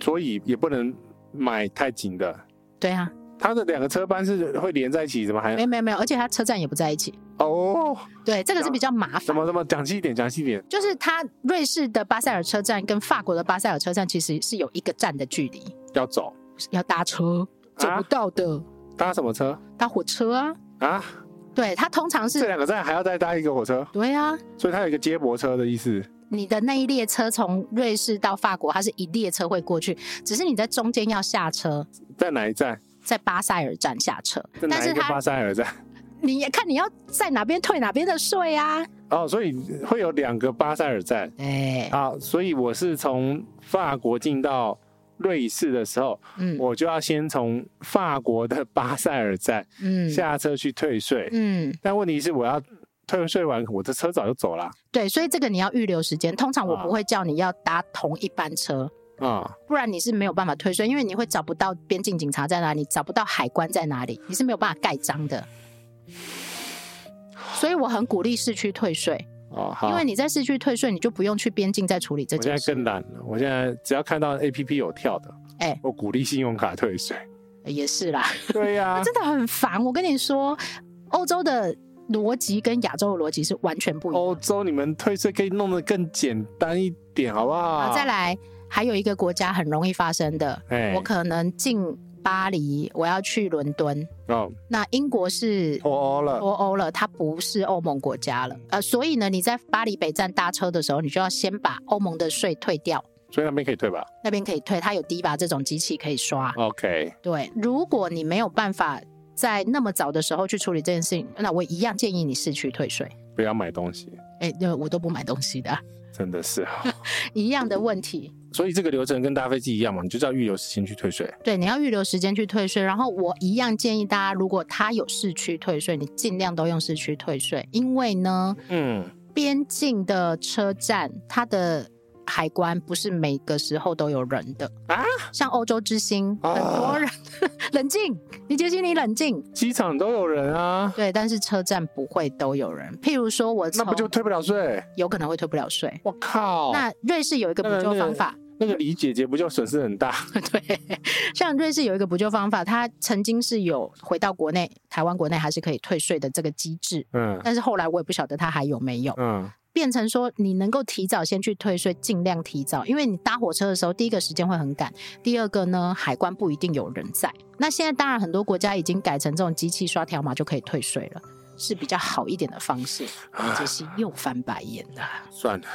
所以也不能买太紧的。对啊，它的两个车班是会连在一起，怎么还没没没有，而且它车站也不在一起。哦？对，这个是比较麻怎烦。么怎么讲细一点，讲细一点。就是它瑞士的巴塞尔车站跟法国的巴塞尔车站其实是有一个站的距离，要走要搭车，走啊不到的，搭什么车搭火车啊。啊？对，它通常这是两个站还要再搭一个火车，对啊。所以它有一个接驳车的意思。你的那一列车从瑞士到法国，它是一列车会过去，只是你在中间要下车，在哪一站？在巴塞尔站下车在。但哪一是个巴它塞尔站？你也看你要在哪边退哪边的税啊。哦，所以会有两个巴塞尔站对，啊，所以我是从法国进到瑞士的时候，嗯我就要先从法国的巴塞尔站嗯下车去退税，嗯，但问题是我要退税完，我的车早就走了对，所以这个你要预留时间。通常我啊不会叫你要搭同一班车，啊、不然你是没有办法退税，因为你会找不到边境警察在哪里，找不到海关在哪里，你是没有办法盖章的。所以我很鼓励市区退税，哦，好，因为你在市区退税，你就不用去边境再处理这我现件在事。更懒了，我现在只要看到 A P P 有跳的，哎我鼓励信用卡退 税，也是啦，对呀、真的很烦。我跟你说，欧洲的逻辑跟亚洲的逻辑是完全不一样。欧洲你们退税可以弄得更简单一点，好不好？好，再，来，还有一个国家很容易发生的，哎我，可能进巴黎，我要去伦敦。哦，那英国是脱欧了，脱欧了，它不是欧盟国家了。呃，所以呢，你在巴黎北站搭车的时候，你就要先把欧盟的税退掉，所以那边可以退吧那边可以退，它有 d 吧这种机器可以刷。嗯？OK，对，如果你没有办法在那么早的时候去处理这件事情，那我一样建议你市区退税。不要买东西，哎，那我都不买东西的啊， 真的是啊。一样的问题。所以这个流程跟搭飞机一样嘛，你就叫预留时间去退税。对，你要预留时间去退税。然后我一样建议大家，如果他有市区退税，你尽量都用市区退税，因为呢，嗯，边境的车站，它的海关不是每个时候都有人的啊。像欧洲之星，啊很多人， 冷静，你杰西，你冷静。机场都有人啊，对，但是车站不会都有人。譬如说我从，那不就退不了税？有可能会退不了税。我靠，那瑞士有一个补救方法，那个李姐姐不就损失很大？对，像瑞士有一个补救方法，它曾经是有回到国内，台湾国内还是可以退税的这个机制，嗯但是后来我也不晓得它还有没有。嗯，变成说你能够提早先去退税，尽量提早，因为你搭火车的时候，第一个时间会很赶，第二个呢，海关不一定有人在。那现在当然很多国家已经改成这种机器刷条码就可以退税了，是比较好一点的方式。杰西又翻白眼了。算了，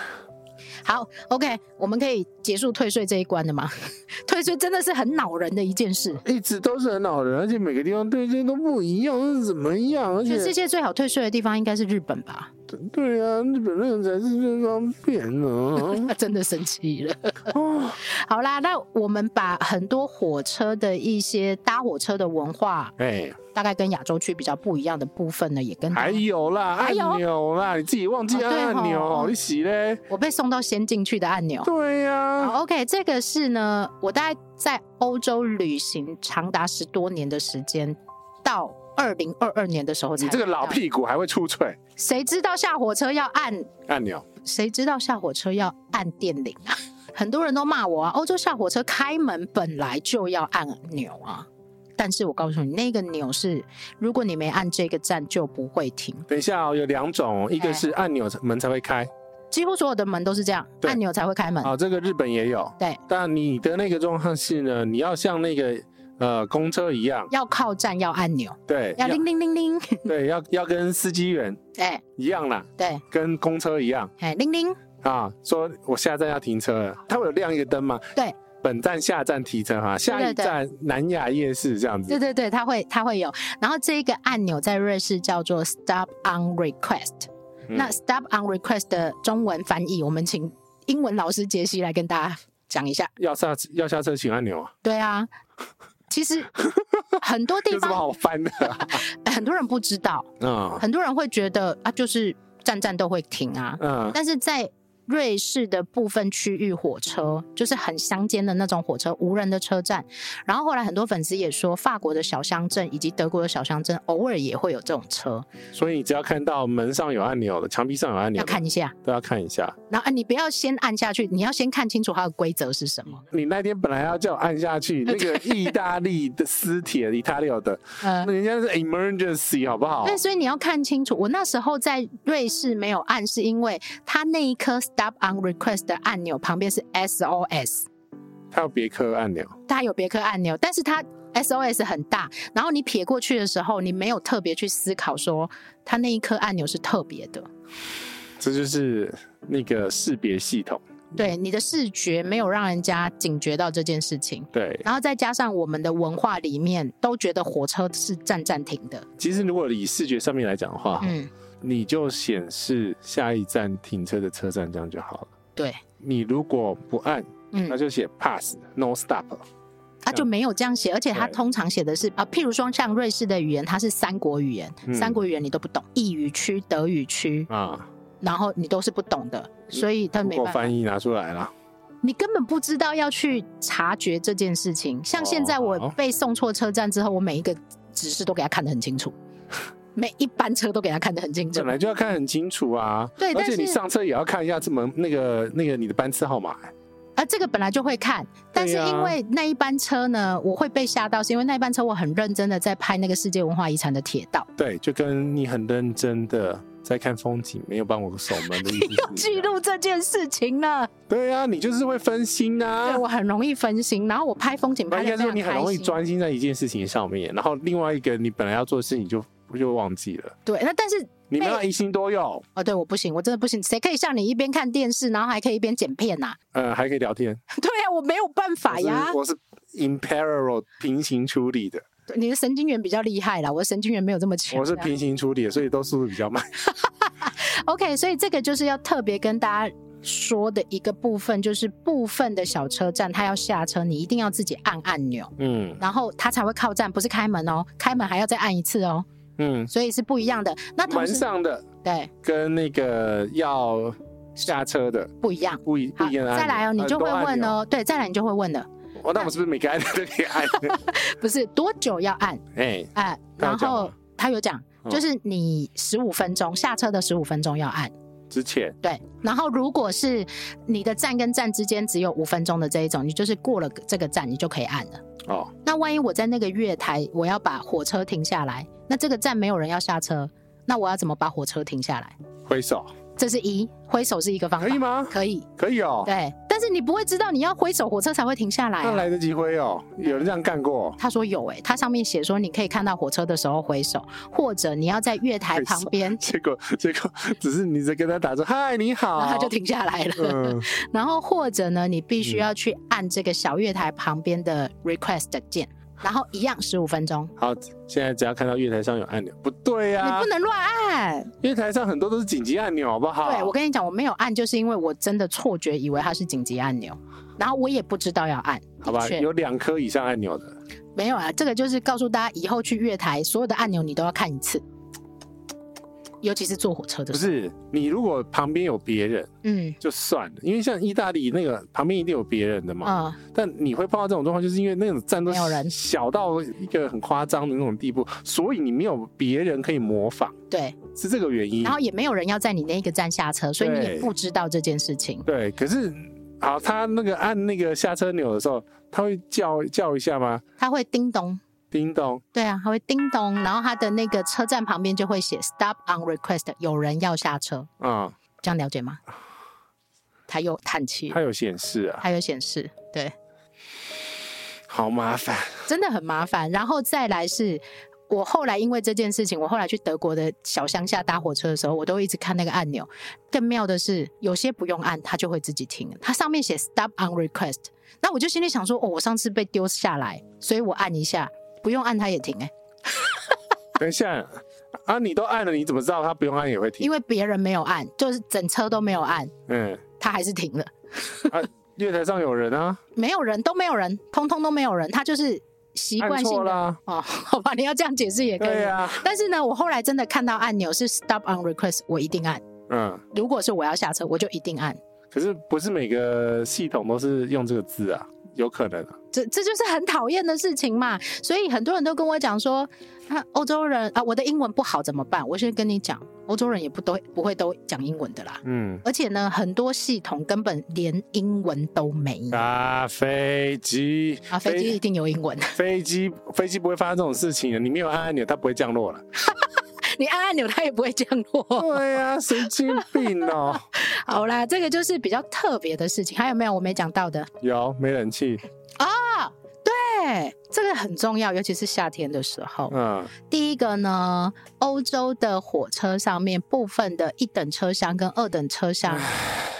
好，OK，我们可以结束退税这一关了吗？ 退税真的是很恼人的一件事。一直都是很恼人，而且每个地方对这都不一样，是怎么样？而且全世界最好退税的地方应该是日本吧？对啊，日本人才是最方便呢、 那真的生气了。哦， 好啦，那我们把很多火车的一些搭火车的文化，哎，大概跟亚洲区比较不一样的部分呢，也跟还有啦，还按有钮啦，你自己忘记哦对按按钮，吼你洗嘞？我被送到先进去的按钮。对呀、好 OK，这个是呢，我大概在欧洲旅行长达十多年的时间，到二零二二年的时候才。你这个老，屁股还会出错谁知道下火车要按按钮？谁知道下火车要按电铃啊？ 很多人都骂我啊，欧洲下火车开门本来就要按钮啊。但是我告诉你，那个钮是，如果你没按这个站就不会停，等一下哦，有两种哦，一哎个是按钮门才会开，几乎所有的门都是这样，对按钮才会开门。好、这个日本也有。嗯对，但你的那个状况是呢，你要像那个呃公车一样，要靠站要按钮，对，要铃铃铃铃， 对，要要跟司机员哎一样啦，对，跟公车一样哎铃铃，啊，说我下站要停车了，它会有亮一个灯嘛？对，本站下站提车哈，下一对对站南雅夜市这样对子。对对，它会它会有。然后这一个按钮在瑞士叫做 Stop on Request。嗯那 Stop on Request 的中文翻译，我们请英文老师杰西来跟大家讲一下。要下要下车请按钮啊，对啊，其实很多有地什么方好翻 的啊？很多人不知道，嗯很多人会觉得啊，就是站站都会停啊，嗯但是在瑞士的部分区域火车，就是很乡间的那种火车，无人的车站。然后后来很多粉丝也说，法国的小乡镇以及德国的小乡镇，偶尔也会有这种车，所以你只要看到门上有按钮的，墙壁上有按钮要的，看一下。都要看一下。然后啊，你不要先按下去，你要先看清楚它的规则是什么。你那天本来要叫我按下去， 那个意大利的私铁 Italio 的，呃，那人家是 emergency 好不好？对，所以你要看清楚。我那时候在瑞士没有按，是因为它那一颗 Stop on Request 的按钮旁边是 SOS。它有别克按钮，它有别克按钮，但是它 SOS 很大，然后你撇过去的时候，你没有特别去思考说它那一颗按钮是特别的，这就是那个识别系统。对你的视觉没有让人家警觉到这件事情。对，然后再加上我们的文化里面都觉得火车是站站停的，其实如果以视觉上面来讲的话，嗯，你就显示下一站停车的车站这样就好了。对，你如果不按，那嗯，就写 pass no stop。它就没有这样写，而且它对通常写的是啊，譬如说像瑞士的语言，它是三国语言，嗯三国语言你都不懂，意语区、德语区，啊，然后你都是不懂的，所以它嗯如嗯没果办法。翻译拿出来了，你根本不知道要去察觉这件事情。像现在我哦被送错车站之后，我每一个指示都给他看得很 清楚，每一班车都给他看得很清楚本。来就要看很清楚啊。对而但且是你上车也要看一下这门那个那个你的班次号码、哎而这个本来就会看，但是对啊因为那一班车呢，我会被吓到，是因为那一班车我很认真的在拍那个世界文化遗产的铁 道，对，就跟你很认真的在看风景，没有帮我守门的意思是一 样。记录这件事情呢，对啊，你就是会分心啊对。我很容易分心，然后我拍风景那拍应该的非说常你很开容易心。专心在一件事情上面，然后另外一个你本来要做的事情就就忘记了。对，那但是你们要一心多用，哦，对，我不行，我真的不行，谁可以像你一边看电视，然后还可以一边剪片呐、啊呃，还可以聊天。 对呀、我没有办法呀。我是我是 in parallel 平行处理的，对你的神经元比较厉害啦，我的神经元没有这么强。我是这样平行处理的，所以都速度比较慢。 OK，所以这个就是要特别跟大家说的一个部分，就是部分的小车站，它要下车，你一定要自己按按钮， 嗯然后它才会靠站，不是开门哦，开门还要再按一次哦，嗯，所以是不一样的。那同门时，上的对，跟那个要下车的不一样。不一不好，一样的按钮。再来哦，你很就多会呃按问钮。哦，对，再来你就会问了，哦，那我是不是每个按钮都可以按？ 不是多久要按？哎，哎、他有然讲后吗他有讲，嗯就是你十五分钟下车的十五分钟要按。之前对，然后如果是你的站跟站之间只有五分钟的这一种，你就是过了这个站，你就可以按了。哦，那万一我在那个月台，我要把火车停下来，那这个站没有人要下车，那我要怎么把火车停下来？挥手这是一挥手是一个方法， 可以？吗？可以，可以哦，对。但是你不会知道你要挥手，火车才会停下来、那啊。来得及挥哦，有人这样干过。他说有诶、他上面写说你可以看到火车的时候挥手，或者你要在月台挥手旁边， 结果结果只是你在跟他打招呼，嗨，你好，然后他就停下来了。哦嗯然后或者呢，你必须嗯要去按这个小月台旁边的 request 键，然后一样十五分钟，好，现在只要看到月台上有按钮，不对呀、你啊不，能乱按。月台上很多都是紧急按钮，好不好？对我跟你讲，我没有按，就是因为我真的错觉以为它是紧急按钮，然后我也不知道要按。好吧，的确有两颗以上按钮的，没有啊，这个就是告诉大家，以后去月台所有的按钮你都要看一次。尤其是坐火车的不时候，是你如果旁边有别人嗯就算了，因为像意大利那个旁边一定有别人的嘛。啊、但你会碰到这种状况，就是因为那种站都没有人小到一个很夸张的那种地步，所以你没有别人可以模仿，对，是这个原因然。后也没有人要在你那一个站下车，所以你也对不知道这件事情。对，可是好，他那个按那个下车钮的时候，他会叫叫一下吗？它会叮咚，叮咚，对啊，它会叮咚，然后它的那个车站旁边就会写 “Stop on request”，有人要下车，啊、这样了解吗？它有叹气，他有显示啊，它有显示，对，好麻烦。真的很麻烦。然后再来是。我后来因为这件事情，我后来去德国的小乡下搭火车的时候，我都一直看那个按钮。更妙的是，有些不用按，它就会自己停。它上面写 “Stop on request”，那我就心里想说：“哦，我上次被丢下来，所以我按一下，不用按它也停、欸。”哎，等一下啊，你都按了，你怎么知道他不用按也会停因？为别人没有按，就是整车都没有按，嗯，它还是停了。月台上有人啊，没有人都没有人，通通都没有人，它就是习按惯性错的。啦，哦，好吧，你要这样解释也可以。对啊，但是呢，我后来真的看到按钮是 Stop on request，我一定按。嗯，如果是我要下车，我就一定按。可是不是每个系统都是用这个字啊，有可能啊，这这就是很讨厌的事情嘛。所以很多人都跟我讲说，啊，欧洲人啊，我的英文不好怎么办？我先跟你讲，欧洲人也不都不会都讲英文的啦。嗯，而且呢，很多系统根本连英文都没有啊，飞机啊，飞机一定有英文。 飞机飞机不会发生这种事情的，啊你没有按按钮，它不会降落了。你按按钮，它也不会降落。对呀、啊，神经病哦、 好啦，这个就是比较特别的事情。还有没有我没讲到的？有没冷气？对，哎这个很重要，尤其是夏天的时候。嗯，第一个呢，欧洲的火车上面部分的一等车厢跟二等车厢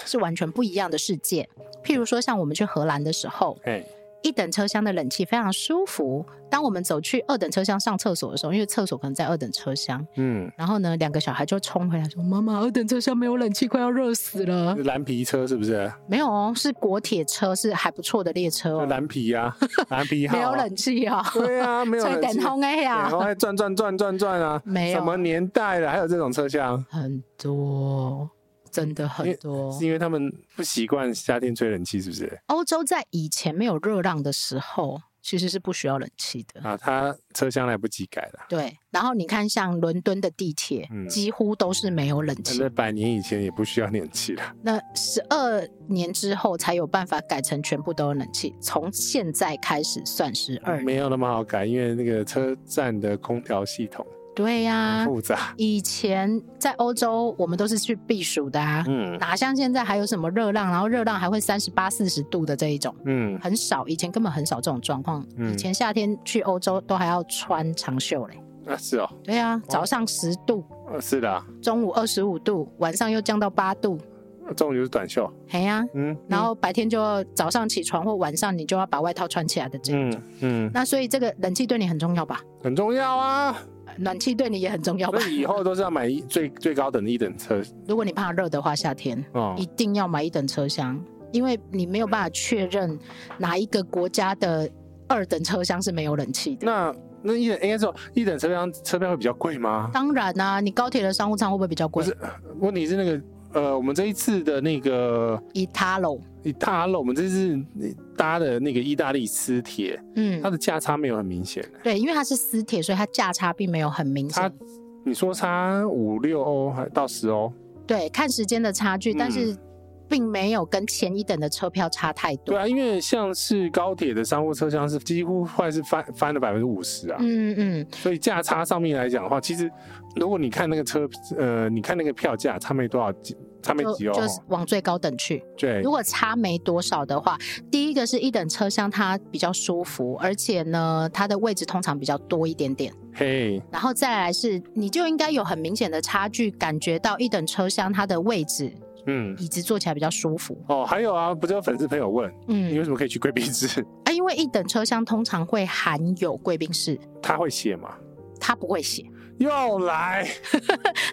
是完全不一样的世界。譬如说，像我们去荷兰的时候，哎，一等车厢的冷气非常舒服。当我们走去二等车厢上厕所的时候，因为厕所可能在二等车厢，嗯，然后呢，两个小孩就冲回来说：“妈妈，二等车厢没有冷气，快要热死了。”蓝皮车是不是？没有哦，是国铁车，是还不错的列车就哦，蓝皮啊，蓝皮号、 没有。冷气哦，对啊，没有 吹冷等气。哦红哎然后呀，还转转转转转啊！ 没有什么年代了，还有这种车厢？很多，真的很多是。因为他们不习惯夏天吹冷气，是不是？欧洲在以前没有热浪的时候，其实是不需要冷气的。啊，他车厢来不及改了，对，然后你看，像伦敦的地铁、嗯几乎都是没有冷但气在，百年以前也不需要冷气了。那十二年之后才有办法改成全部都有冷气，从现在开始算十二年。没有那么好改，因为那个车站的空调系统对呀、很复杂。以前在欧洲我们都是去避暑的啊，嗯哪像现在还有什么热浪，然后热浪还会三十八、四十度的这一种，嗯，很少。以前根本很少这种状况。嗯以前夏天去欧洲都还要穿长袖嘞。啊是哦，对啊，早上十度，呃是的啊，中午二十五度，晚上又降到八度。中午就是短袖。嘿呀、嗯，然后白天就要早上起床或晚上你就要把外套穿起来的这种。嗯嗯，那所以这个冷气对你很重要吧？很重要啊。呃暖气对你也很重要吧所？以以后都是要买一最最高等的一等车如果你怕热的话，夏天。哦一。定要买一等车厢，因为你没有办法确认哪一个国家的二等车厢是没有冷气的。那那一等应该说一等车厢车票会比较贵吗？当然啦、你高铁的商务舱会不会比较贵不是问题是那个呃，我们这一次的那个？Italo，意大利，我们这次搭的那个意大利私铁，嗯它，的价差没有很明显。对，因为它是私铁，所以它价差并没有很明它显。你说差五六欧还到十哦欧，对，看时间的差距，嗯但是并没有跟前一等的车票差太对多。啊，因为像是高铁的商务车厢是几乎快是翻翻了百分之五十啊，嗯嗯，所以价差上面来讲的话，其实如果你看那个车，呃，你看那个票价差没多少几，差没就几欧就哦，是往最高等去。对如，果差没多少的话，第一个是一等车厢它比较舒服，而且呢，它的位置通常比较多一点点。嘿，然后再来是，你就应该有很明显的差距，感觉到一等车厢它的位置嗯。椅子坐起来比较舒服。哦，还有啊，不是有粉丝朋友问，你嗯，为什么可以去贵宾室？啊，因为一等车厢通常会含有贵宾室， 他会写嘛？它不会写，又来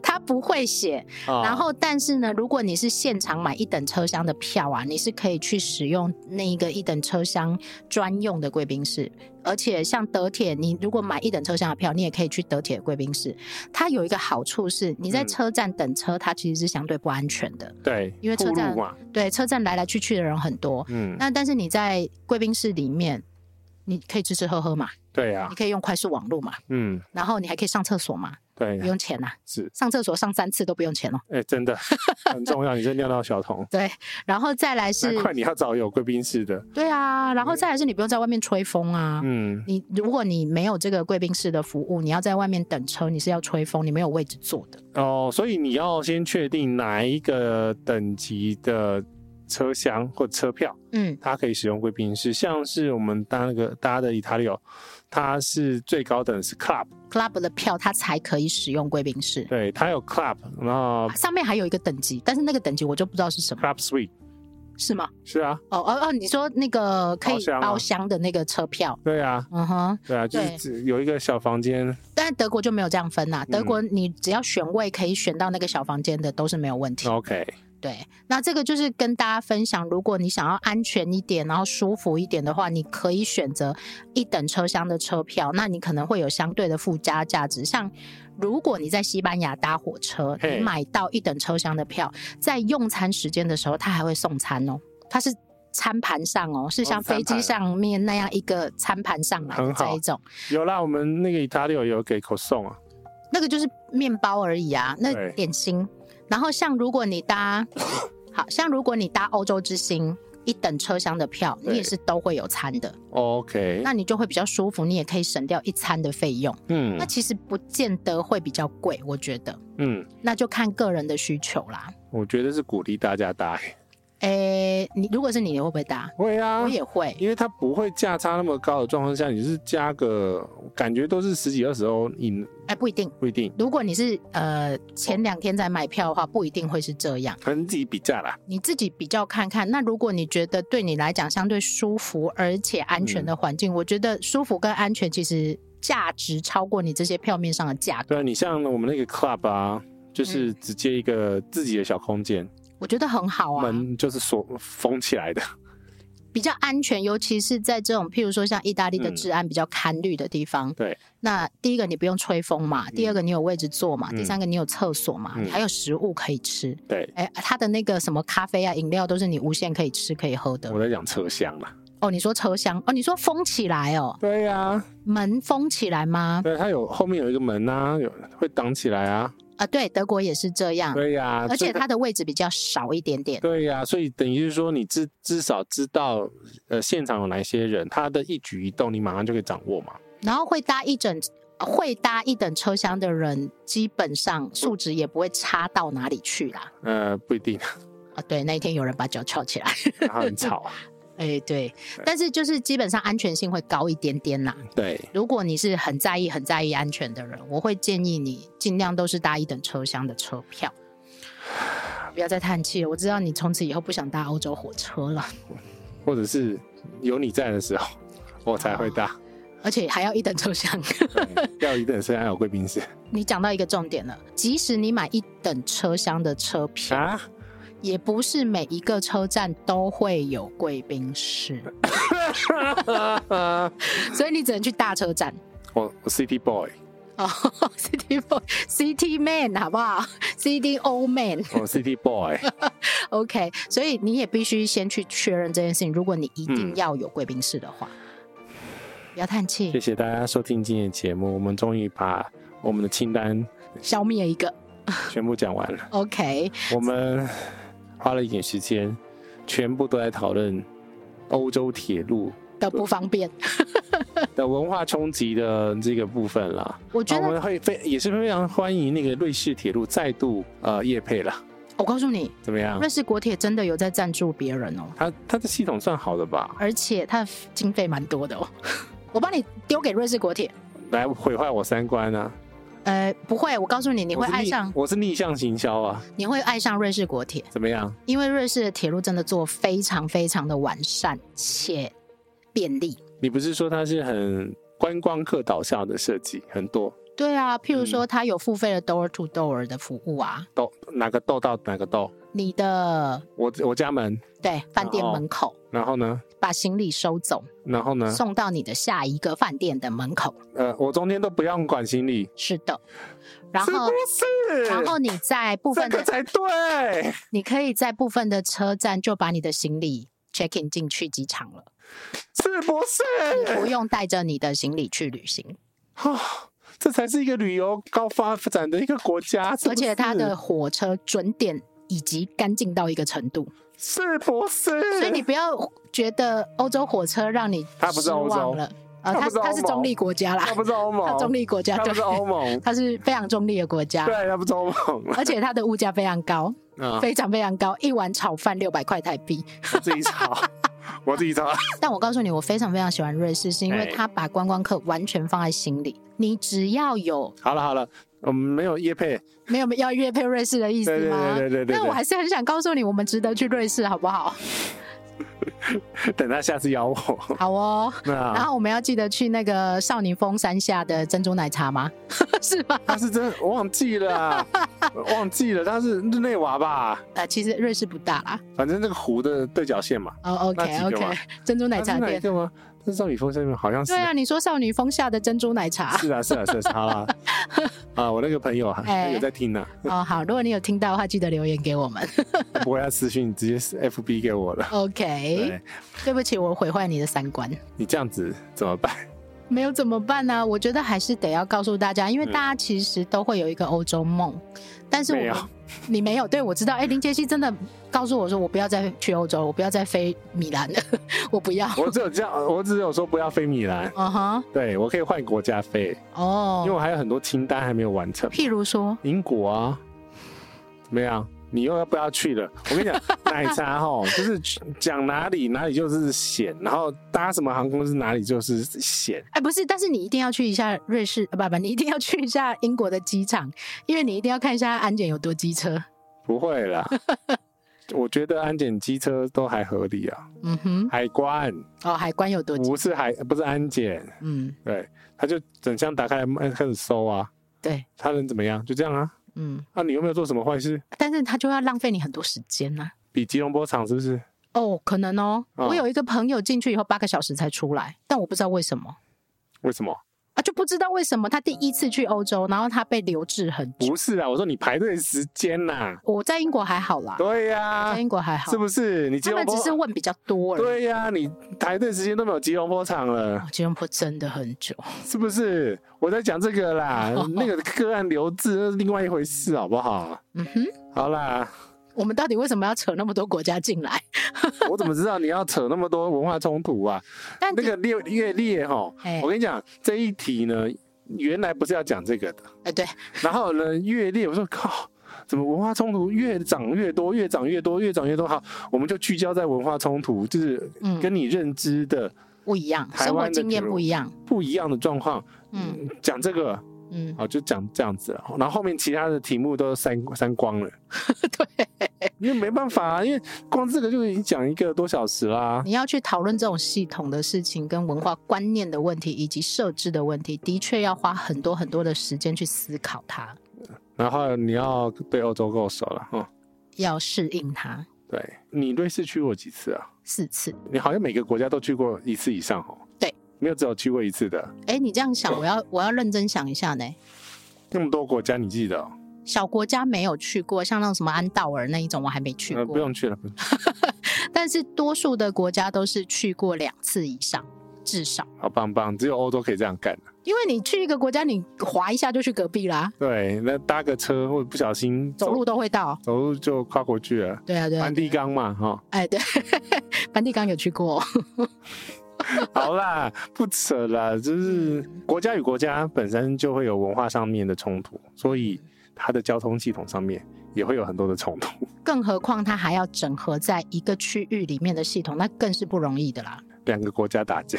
他不会写，啊！然后，但是呢，如果你是现场买一等车厢的票啊，你是可以去使用那一个一等车厢专用的贵宾室。而且像德铁，你如果买一等车厢的票，你也可以去德铁贵宾室。它有一个好处是，你在嗯车站等车，它其实是相对不安全的。对，因为车铺路站嘛，对，车站来来去去的人很多。嗯，那但是你在贵宾室里面，你可以吃吃喝喝嘛，对呀你，可以用快速网络嘛，嗯，然后你还可以上厕所嘛，对不呀，用钱呐、是，上厕所上三次都不用钱哦。哎，真的 很重要，你这尿到小童，对，然后再来是难怪你要找有贵宾室的，对啊，然后再来是你不用在外面吹风啊。嗯，你如果你没有这个贵宾室的服务，你要在外面等车，你是要吹风，你没有位置坐的。哦，所以你要先确定哪一个等级的车厢或车票。嗯，它可以使用贵宾室，像是我们搭那个搭的 Italio，它是最高等是 Club， club 的票它才可以使用贵宾室，对，它有 Club，然后上面还有一个等级，但是那个等级我就不知道是什么， Club Suite 是吗？是啊，哦哦哦，你说那个可包以厢啊包厢的那个车票，对啊，嗯哼，对啊，就是对只有一个小房间，但德国就没有这样分嗯啦、德国你只要选位可以选到那个小房间的都是没有问题。 OK，对，那这个就是跟大家分享，如果你想要安全一点，然后舒服一点的话，你可以选择一等车厢的车票，那你可能会有相对的附加价值。像如果你在西班牙搭火车，嘿你买到一等车厢的票，在用餐时间的时候，它还会送餐哦，它是。餐盘上哦，是像哦餐飞机盘上面那样一个餐盘上来的很这好一种，有啦，我们那个 Italio 有给口送啊，那个就是面包而已啊，那对点心。然后像如果 你搭，好像如果你搭欧洲之星一等车厢的票，对你也是都会有餐的， ，OK，那你就会比较舒服，你也可以省掉一餐的费用。嗯那其实不见得会比较贵，我觉得，嗯，那就看个人的需求啦。我觉得是鼓励大家搭、 欸，诶，你如果是你，你会不会搭？会啊我。也会，因为它不会价差那么高的状况下，你是加个感觉都是十几二十欧，你哎，不一定。不一定，如果你是呃前两天才买票的话，不一定会是这样。可能自己比价啦。你自己比较看看。那如果你觉得对你来讲相对舒服而且安嗯全的环境，我觉得舒服跟安全其实价值超过你这些票面上的价格，对啊，你像我们那个 club 啊，就是直接一个自己的小空间，我觉得很好啊，门就是锁封起来的。 比较安全，尤其是在这种譬如说像意大利的嗯治安比较堪虑的地方。对，那第一个你不用吹风嘛，第二个你有位置坐嘛，嗯第三个你有厕所嘛，嗯还有食物可以吃。对，哎，它的那个什么咖啡啊、饮料都是你无限可以吃可以喝的我。在讲车厢啦。哦，你说车厢哦，你说封起来哦，对呀、门封起来吗？对，它有后面有一个门啊，有会挡起来啊。啊，对，德国也是这样，对啊呀、而且所以它的位置比较少一点点。对呀、所以等于是说你至至少知道呃现场有哪些人，他的一举一动你马上就可以掌握嘛。然后会搭一整呃会搭一等车厢的人，基本上素质也不会差到哪里去啦。呃，不一定，啊，对，那一天有人把脚翘起来， 它很吵啊。哎，对，但是就是基本上安全性会高一点点啦。对，如果你是很在意、很在意安全的人，我会建议你尽量都是搭一等车厢的车票。不要再叹气了，我知道你从此以后不想搭欧洲火车了，或者是有你在的时候，我才会搭。而且还要一等车厢。对要一等车厢有贵宾室你讲到一个重点了，即使你买一等车厢的车票，啊。 也不是每一个车站都会有贵宾室，所以你只能去大车 站我我 City Boy，哦，City Boy、City Man 好不好？City Old Man 我 City Boy， OK，所以你也必须先去确认这件事情。如果你一定嗯要有贵宾室的话，不要叹谢气，谢大家收听今天的节目，我们终于把我们的清单消灭一个全部讲完了。 OK。我们花了一点时间，全部都在讨论欧洲铁路的不方便，的文化冲击的这个部分啦。我觉那我得们会非也是非常欢迎那个瑞士铁路再度呃业配了，我告诉你，怎么样瑞？士国铁真的有在赞助别人哦。它它的系统算好的吧？而且它的经费蛮多的哦。 我帮你丢给瑞士国铁，来毁坏我三观啊！呃，不会，我告诉你，你你会爱上，我是逆向行销啊，你会爱上瑞士国铁，怎么样？因为瑞士的铁路真的做非常非常的完善且便利。你不是说它是很观光客导向的设计，很多对啊，譬如嗯说它有付费的 door to door 的服务啊，豆哪个豆到哪个豆，你的我我家门，对饭店然后门口然后呢，把行李收走，然后呢，送到你的下一个饭店的门口。呃，我中间都不用管行李，是的，然是后不是？然后你在部这分个的，才对。你可以在部分的车站就把你的行李 check in 进去机场了，是不你不是？用带着你的行李去旅行，啊，这才是一个旅游高发展的一个国家，是不而且它是的火车准点以及干净到一个程度，是不是？所以你不要觉得欧洲火车让你嗯它不是失欧洲望了，呃，它它不是欧它是中立国家啦他，不是欧盟，它中立国家，他对不，是欧 盟，它是非常中立的国家对，，他不是欧盟，而且它的物价非常高，啊，非常非常高，一碗炒饭六百块台币。我自己炒，我自己炒，但我告诉你，我非常非常喜欢瑞士，是因为他把观光客完全放在心里。你只要有好了好了，我们没有叶配，没有要约配瑞士的意思对吗？对对对对对但我还是很想告诉你，我们值得去瑞士，好不 好？等他下次邀我， 啊好哦。然那后我们要记得去那个少女峰山下的珍珠奶茶吗？ 是吧？他是真的我忘记了 啊，忘记了，他是日内瓦吧，呃，其实瑞士不大啦。反正那个湖的对角线嘛，哦那，OK 几个嘛 OK，珍 珠奶它茶是哪一店。个吗？那是少女峰下面好像是对。啊，你说少女峰下的珍珠奶茶是啊，是啊，是啊是啊，好 啦，啊，我那个朋友啊，哎有在听呢、哦，好，如果你有听到的话，记得留言给我们。 他不会他私讯直接是 FB 给我了。 OK，对对不起，我毁坏你的三观。你这样子怎么办？ 没有怎么办呢、我觉得还是得要告诉大家，因为大家其实都会有一个欧洲梦，但是我没们有你没有，对我知道。哎、林杰西真的告诉我说，我不要再去欧洲，我不要再飞米兰了， 我不要。我只有这样，我只有说不要飞米兰，嗯哼，对我可以换国家飞，因为哦，我还有很多清单还没有完成。譬如说，英国啊，怎么样？你又要不要去了？我跟你 讲，奶茶哈，就是讲哪里哪里就是险，然后搭什么航空是哪里就是险。哎、不是，但是你一定要去一下瑞士，呃不不，你一定要去一下英国的机场，因为你一定要看一下安检有多机车。不会 啦，我觉得安检机车都还合理啊，嗯哼，海关哦，海关有多机，不是海不是安检，嗯，对，他就整箱打开来呃开始搜啊，对，他能怎么样？就这样啊。嗯，那、你有没有做什么坏事？但是他就要浪费你很多时间啊呐、比吉隆坡厂是不是？哦，可能哦。哦我有一个朋友进去以后八个小时才出来，但我不知道为什么为什么？啊，就不知道为什么他第一次去欧洲，然后他被留置很久。不是啊，我说你排队时间呐、我在英国还好啦，对呀、我在英国还好是，不是？你吉他隆们只坡是问比较多而已。对啊呀、你排队时间都没有吉隆坡厂了哦，吉隆坡真的很久，是不是？我在讲这个啦，哦那个个案留置那是另外一回事，好不好？嗯哼，好啦，我们到底为什么要扯那么多国家进来？我怎么知道你要扯那么多文化冲突 啊？但那个列越列哈哎，我跟你讲这一题呢，原来不是要讲这个的，哎，对，然后呢越列，我说靠，怎么文化冲突越涨越多，越涨越多，越涨越多？好，我们就聚焦在文化冲突，就是嗯跟你认知的不一样，台生活湾的经验酒不一样。不一样的状况。嗯嗯，讲这个嗯，好，就讲这样子了。然后后面其他的题目都删删光了， 对，因为没办法啊，因为光这个就已经讲一个多小时啦。你要去讨论这种系统的事情、跟文化观念的问题以及设置的问题，的确要花很多很多的时间去思考它，然后你要对欧洲够熟了，嗯，要适应它。对你瑞士去过几次啊？四次。你好像每个国家都去过一次以上哦。对，没有只有去过一次的，哎，你这样想，我要我要认真想一下呢。那么多国家你记得、哦？小国家没有去过，像那种什么安道尔那一种，我还没去呃，不过。用去了，不用去但是多数的国家都是去过两次以上，至少。好棒棒，只有欧洲可以这样干。因为你去一个国家，你划一下就去隔壁啦，对，那搭个车或者不小心走路，都会到。走路就跨过去了。对啊，对啊梵，蒂冈嘛，哈、哎，对， 梵蒂冈有去过。哦啊好啦，不扯啦，就是嗯国家与国家本身就会有文化上面的冲突，所以嗯它的交通系统上面也会有很多的冲突。 更何况它还要整合在一个区域里面的系统，那更是不容易的啦。两个国家打架，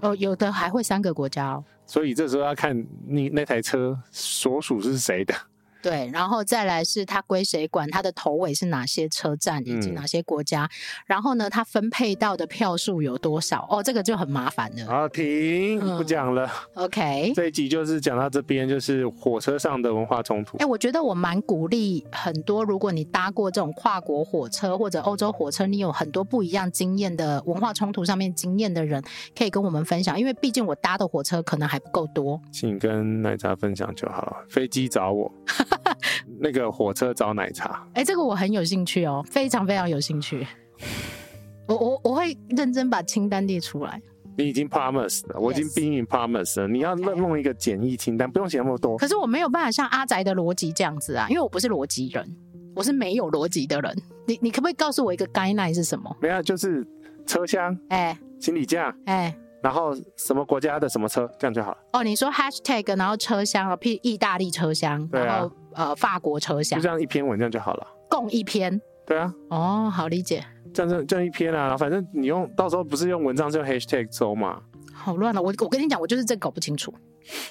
哦，有的还会三个国家哦。所以这时候要看你那台车所属是谁的。对，然后再来是它归谁管，它的头尾是哪些车站以及嗯哪些国家，然后呢，它分配到的票数有多少？哦，这个就很麻烦了。好，停，嗯不讲了。 OK，这一集就是讲到这边，就是火车上的文化冲突哎、。我觉得我蛮鼓励很多，如果你搭过这种跨国火车或者欧洲火车，你有很多不一样经验的文化冲突上面经验的人，可以跟我们分享，因为毕竟我搭的火车可能还不够多。请跟奶茶分享就好了。飞机找 我，那个火车找奶茶。哎、这个我很有兴趣哦，非常非常有兴趣。我我我会认真把清单列出来，你已经 promise 了，我已经 Yes being promise 了。你要 Okay 弄一个简易清单，不用写那么多。可是我没有办法像阿宅的逻辑这样子啊，因为我不是逻辑人，我是没有逻辑的人。你你可不可以告诉我一个 guideline 是什么？没有，就是车厢、哎行李架，哎然后什么国家的什么车，这样就好了。哦，你说 hashtag，然后车厢啊，譬如意大利车厢，对啊然后呃法国车就厢这，样一篇文，这样就好了。共一篇。对啊，哦，好理解，这样这样这样一篇啊，反正你用到时候不是用文章，是用 hashtag 搜嘛，好乱哦了。我我跟你讲，我就是这搞不清楚。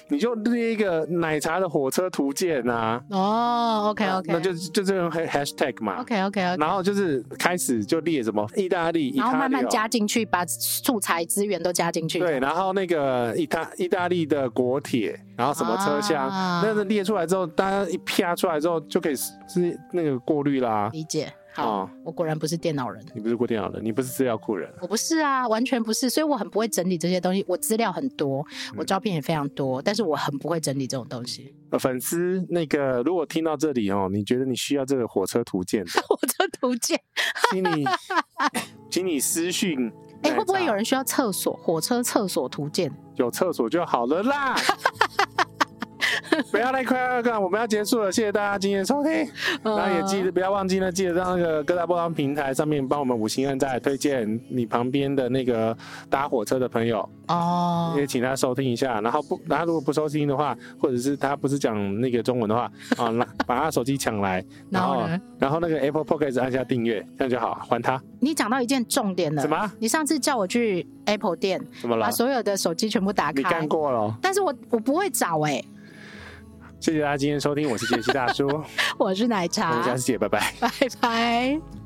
你就列一个奶茶的火车图鉴啊。哦，OK 啊 OK，那就就是用 hashtag 嘛。 OK OK OK，然后就是开始就列什么意大利，然后慢慢 Italia 加进去，把素材资源都加进去。对，然后那个意大意大利的国铁，然后什么车厢，啊那个列出来之后，大家一啪出来之后就可以是是那个过滤啦。理解。好，哦我果然不是电脑人。你不是过电脑人，你不是资料库人，我不是啊，完全不是，所以我很不会整理这些东西。我资料很多，嗯我照片也非常多，但是我很不会整理这种东西。 呃粉丝那个如果听到这里哦，你觉得你需要这个火车图鉴 的，我这图鉴，请你请你私讯。哎、会不会有人需要厕所、火车厕所图 鉴？有厕所就好了 啦？不要太快乐感，我们要结束了，谢谢大家今天的收听。然后也记嗯得不要忘记呢，记得到那个各大播放平台上面帮我们五星按赞，推荐你旁边的那个搭火车的朋友，呃哦也请他收听一下。然后不，然后如果不收听的话，或者是他不是讲那个中文的话， 啊，那把他手机抢来，然然后后呢然后那个 Apple Podcast 按下订阅，这样就好，还他你讲到一件重点了，什？么你上次叫我去 Apple 店怎么了把？所有的手机全部打你干开，过了哦，但是我我不会找哎、谢谢大家今天收听，我是杰西大叔，我我是奶们下茶次，见，拜拜。拜拜。